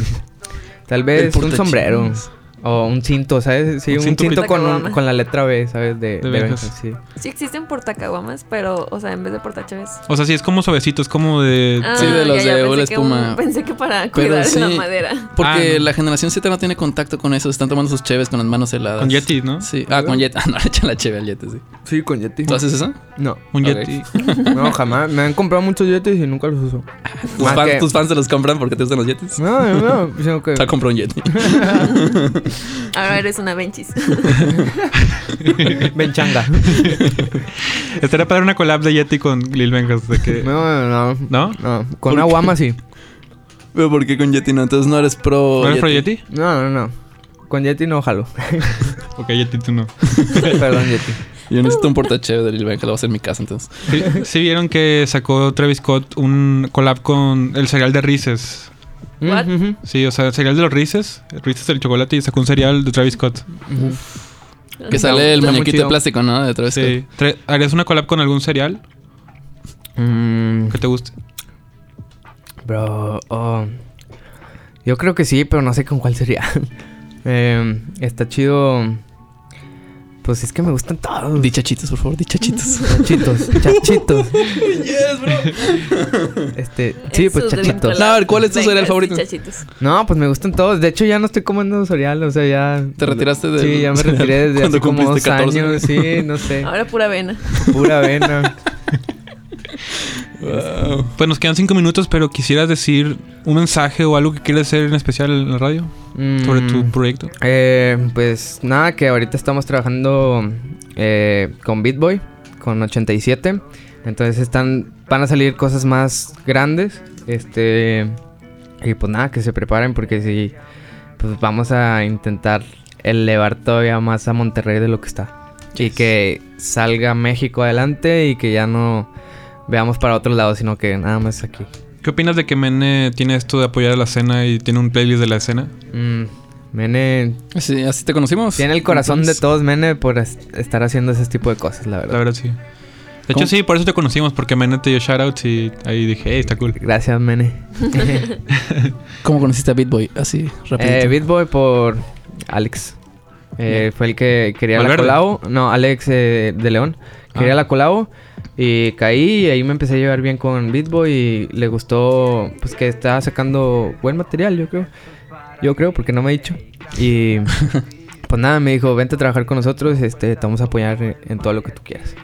S4: tal vez
S2: El
S4: un sombrero.
S2: portachinas.
S4: O un cinto, ¿sabes? Sí,
S1: Un
S4: un,
S1: cinto
S4: cinto,
S3: pit-
S4: con,
S3: Caguama.
S4: con la letra B, ¿sabes? De,
S1: De
S4: de
S1: Benjas.
S4: Benjas, sí.
S3: Sí existen portacaguamas, pero, o sea, en vez de portachaves.
S1: O sea, sí, es como suavecito, es como de...
S3: Ah,
S2: Sí, de los de
S3: pensé
S2: Ola
S3: que
S2: Espuma.
S3: un- pensé que para cuidar
S2: sí.
S3: la madera.
S2: Porque
S1: Ah, no.
S2: la generación Z no tiene contacto con eso. Están tomando sus cheves con las manos heladas.
S1: Con Yeti, ¿no?
S2: Sí. Ah, con Yeti. Ah, no, le echan la cheve al Yeti, sí.
S4: Sí, con Yeti.
S2: ¿Tú haces eso?
S4: No,
S1: Un
S2: Ok.
S1: Yeti.
S4: no, jamás. Me han comprado muchos Yetis y nunca los uso.
S2: ¿Tus
S4: Más
S2: fans,
S4: que-
S2: tus fans te los compran porque te gustan los Yetis?
S4: No, no, sino que-
S2: Te compró un Yeti.
S3: Ahora eres una benchis.
S4: Benchanga.
S1: Estaría para una collab de Yeti con Lil Benjas, de que...
S4: No, no, no.
S1: ¿No?
S4: No, con
S2: ¿Por
S4: una
S2: qué?
S4: guama sí.
S2: Pero ¿por qué con Yeti no? Entonces no eres pro.
S1: ¿No eres pro Yeti?
S4: No, no, no. Con Yeti no jalo.
S1: Ok, Yeti tú no.
S4: Perdón, Yeti.
S2: Yo necesito un portacheve de Lil Ben, que lo voy a hacer en mi casa entonces.
S1: ¿Sí, sí vieron que sacó Travis Scott un collab con el cereal de Reese's?
S3: What?
S4: Mm, ujú.
S1: Sí, o sea, el cereal de los Reese's, Reese's del chocolate y sacó un cereal de Travis Scott.
S2: Que sale el
S4: está muy
S2: muñequito de
S4: chido.
S2: plástico, ¿no? De Travis
S1: Sí. Tra- ¿Harías una collab con algún cereal
S4: Mm,
S1: que te guste?
S4: Bro, oh, yo creo que sí, pero no sé con cuál sería. Eh, está chido. Pues es que me gustan todos.
S2: Scott. Di chachitos, por favor, di chachitos.
S4: Chachitos, chachitos. Este, sí, pues chachitos.
S2: No, a ver, ¿cuál es tu cereal favorito?
S3: Chachitos.
S4: No, pues me gustan todos. De hecho, ya no estoy comiendo cereal, o sea, ya.
S2: ¿Te retiraste de-
S4: Sí, ya me retiré desde
S2: cuando
S4: hace como dos
S2: cumpliste 14?
S4: años, sí, no sé.
S3: Ahora pura avena.
S4: Pura avena.
S2: Wow.
S1: Pues nos quedan cinco minutos, pero quisieras decir un mensaje o algo que quieras hacer en especial en la radio
S4: Mm.
S1: sobre tu proyecto.
S4: Eh, pues nada, que ahorita estamos trabajando eh, con BitBoy, con 87. Entonces están, van a salir cosas más grandes. Este. Y pues nada, que se preparen porque si. Pues vamos a intentar elevar todavía más a Monterrey de lo que está. Y que salga México adelante y que ya no veamos para otro lado, sino que nada más aquí.
S1: ¿Qué opinas de que Mene tiene esto de apoyar a la escena y tiene un playlist de la escena?
S4: Mm, Mene
S2: Sí, así te conocimos.
S4: tiene el corazón
S2: Entonces-
S4: de todos, Mene, por es- estar haciendo ese tipo de cosas, la verdad.
S1: La verdad, sí. De
S2: ¿Cómo?
S1: hecho, sí, por eso te conocimos, porque Mene te dio shoutouts y ahí dije, hey, está cool.
S4: Gracias, Mene.
S2: ¿Cómo conociste a Bitboy? Así, rapidito.
S4: eh, Bitboy por Alex. Eh, fue el que quería
S1: Valverde.
S4: la colabo. No, Alex eh, de León. Quería
S1: Ah.
S4: la colabo. Y caí y ahí me empecé a llevar bien con Bitboy. Y le gustó, pues que estaba sacando buen material, yo creo. Yo creo, porque no me ha dicho. Y pues nada, me dijo: Vente a trabajar con nosotros. Este, te vamos a apoyar en- en todo lo que tú quieras.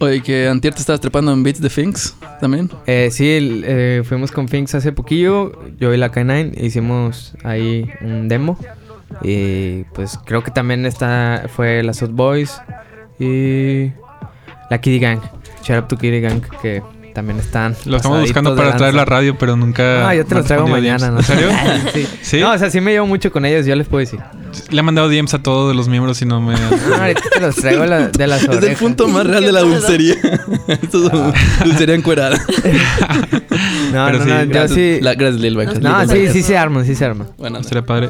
S2: Oye, que antier te estabas trepando en Beats de Finks también.
S4: Eh, sí, el- eh, fuimos con Finks hace poquillo, yo y la K9, hicimos ahí un demo. Y pues creo que también está, fue la South Boys y la Kitty Gang. Shout out to Kitty Gang, que también están.
S1: Lo estamos buscando para traer la radio, pero nunca.
S4: Ah, yo te
S1: me
S4: los traigo
S1: respondió
S4: mañana,
S1: DMs.
S4: ¿no?
S1: ¿En serio?
S4: sí.
S1: ¿Sí?
S4: No, o sea, sí me llevo mucho con ellos, yo les puedo decir.
S1: Le he mandado DMs a todos los miembros y no me.
S4: Ah, ahorita te los traigo la- de las
S2: Es
S4: orejas. Ah.
S2: el punto más real de la dulcería. Esto es un- dulcería encuerada.
S4: No,
S1: Pero
S4: no,
S1: sí,
S4: no, yo
S2: Gracias,
S4: sí.
S2: la- gracias, Lil Baker.
S4: No,
S2: Lil
S4: sí,
S2: Baker.
S4: sí se arma, sí se arma.
S2: Bueno,
S1: Estaría padre.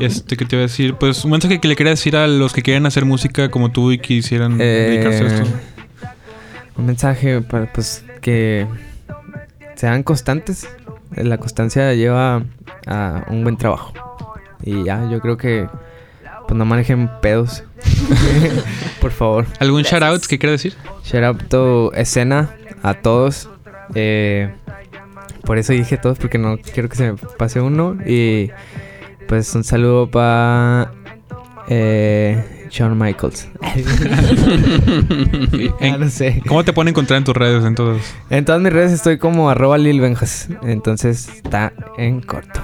S1: Este, que te iba a decir? Pues un mensaje que le quería decir a los que quieren hacer música como tú y quisieran
S4: Eh,
S1: dedicarse a esto.
S4: un mensaje para pues que sean constantes. La constancia lleva a un buen trabajo. Y ya, yo creo que pues no manejen pedos. Por favor.
S1: ¿Algún shoutout que quiera decir?
S4: Shout out to escena a todos. Eh, por eso dije todos porque no quiero que se me pase uno. Y pues un saludo para eh, Shawn Michaels.
S1: En-
S4: Ah, no sé.
S1: ¿Cómo te pueden encontrar en tus redes entonces?
S4: En todas mis redes estoy como arroba lilbenjas. Entonces está en corto.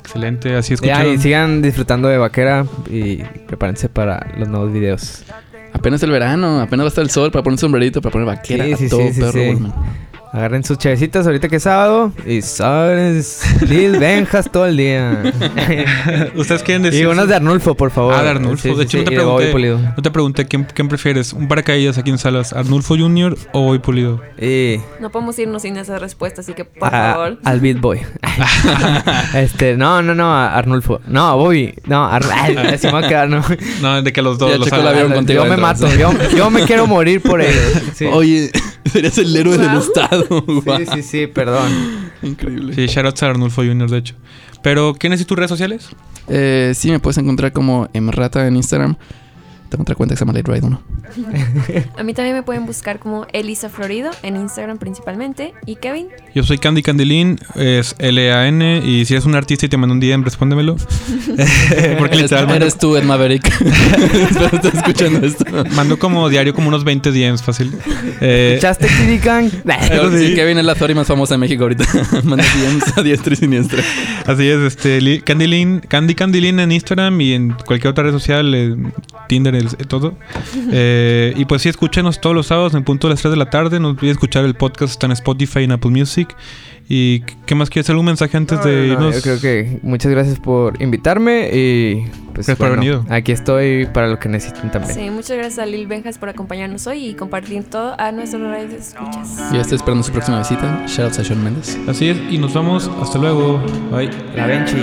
S1: Excelente, así
S4: Ya,
S1: escucharon.
S4: y sigan disfrutando de Vaquera y prepárense para los nuevos videos.
S2: Apenas el verano, apenas va a estar el sol para poner un sombrerito, para poner vaquera,
S4: Sí,
S2: a
S4: sí,
S2: todo
S4: sí, sí,
S2: perro
S4: sí.
S2: volumen.
S4: Agarren sus chavecitas ahorita que es sábado y sabes, Lil Benjas todo el día.
S1: ¿Ustedes quieren decir?
S4: y unos de Arnulfo, por favor.
S1: Ah, de Arnulfo.
S4: Oh,
S1: de
S4: Sí, sí,
S1: hecho,
S4: sí,
S1: no, te
S4: y de Bobby
S1: pregunté,
S4: Pulido.
S1: no te pregunté quién, quién prefieres, un paracaídas aquí en Salas, Arnulfo Junior o Boy Pulido.
S4: Y
S3: No podemos irnos sin esa respuesta, así que por
S2: Ah.
S4: a-
S3: favor.
S4: al Beat Boy. este, no, no, no, a Arnulfo. No, a Bobby. No, a Ar- Ay, así me voy a quedar, no.
S1: No, de que los dos
S2: Ya
S1: los
S2: checó la
S1: hagan.
S2: avión contigo
S4: yo me mato,
S2: adentro,
S4: yo, yo me quiero morir por ellos. Sí.
S2: Oye, serías el héroe del
S3: Wow.
S2: estado. Guau.
S4: sí, sí, sí, perdón.
S2: Increíble.
S1: Sí, shoutouts a Arnulfo Junior, de hecho. Pero, ¿quiénes y tus redes sociales?
S2: Eh, sí, me puedes encontrar como Emrata en Instagram. Tengo otra cuenta que se llama Late Ride 1.
S3: A mí también me pueden buscar como Elisa Florido en Instagram principalmente. Y Kevin,
S1: Yo soy Candy Candelín, es L-A-N, y si eres un artista y te mando un DM, respóndemelo. Eh, Porque
S2: eres,
S1: literalmente
S2: eres tú, Ed Maverick. Espero que estés escuchando esto.
S1: mando como diario como unos 20 DMs, fácil. Eh,
S4: ¿Echaste Kitty Kang?
S2: Pero sí, Kevin es la Zori más famosa de México ahorita. Manda DMs a diestra y siniestra.
S1: así es, este, Li- Candy, Lin- Candy Candelín en Instagram y en cualquier otra red social, eh, Tinder, el- eh, todo. Eh, y pues sí, escúchenos todos los sábados en punto de las 3 de la tarde. No olvides escuchar el podcast, está en Spotify y en Apple Music. ¿Y qué más quieres? ¿Algún mensaje antes
S4: No,
S1: de
S4: no, no,
S1: irnos?
S4: Yo creo que muchas gracias por invitarme y pues
S1: Gracias por haber
S4: bueno,
S1: venido.
S4: aquí estoy para lo que necesiten también.
S3: sí, muchas gracias a Lil Benjas por acompañarnos hoy y compartir todo a nuestros redes de escuchas.
S2: Yo estoy esperando su próxima visita. Shoutouts a Sean Méndez.
S1: Así es, y nos vamos. Hasta luego. Bye.
S4: La Benchi.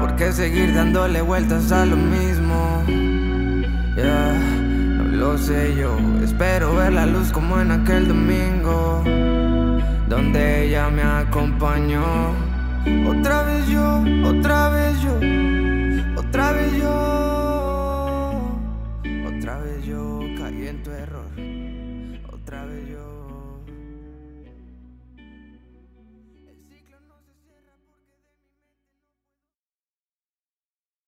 S5: ¿Por qué seguir dándole vueltas a lo mismo? Yeah, no lo sé yo. Espero ver la luz como en aquel domingo, donde ella me acompañó. Otra vez yo, otra vez yo, otra vez yo, otra vez yo caí en tu error. Otra vez yo.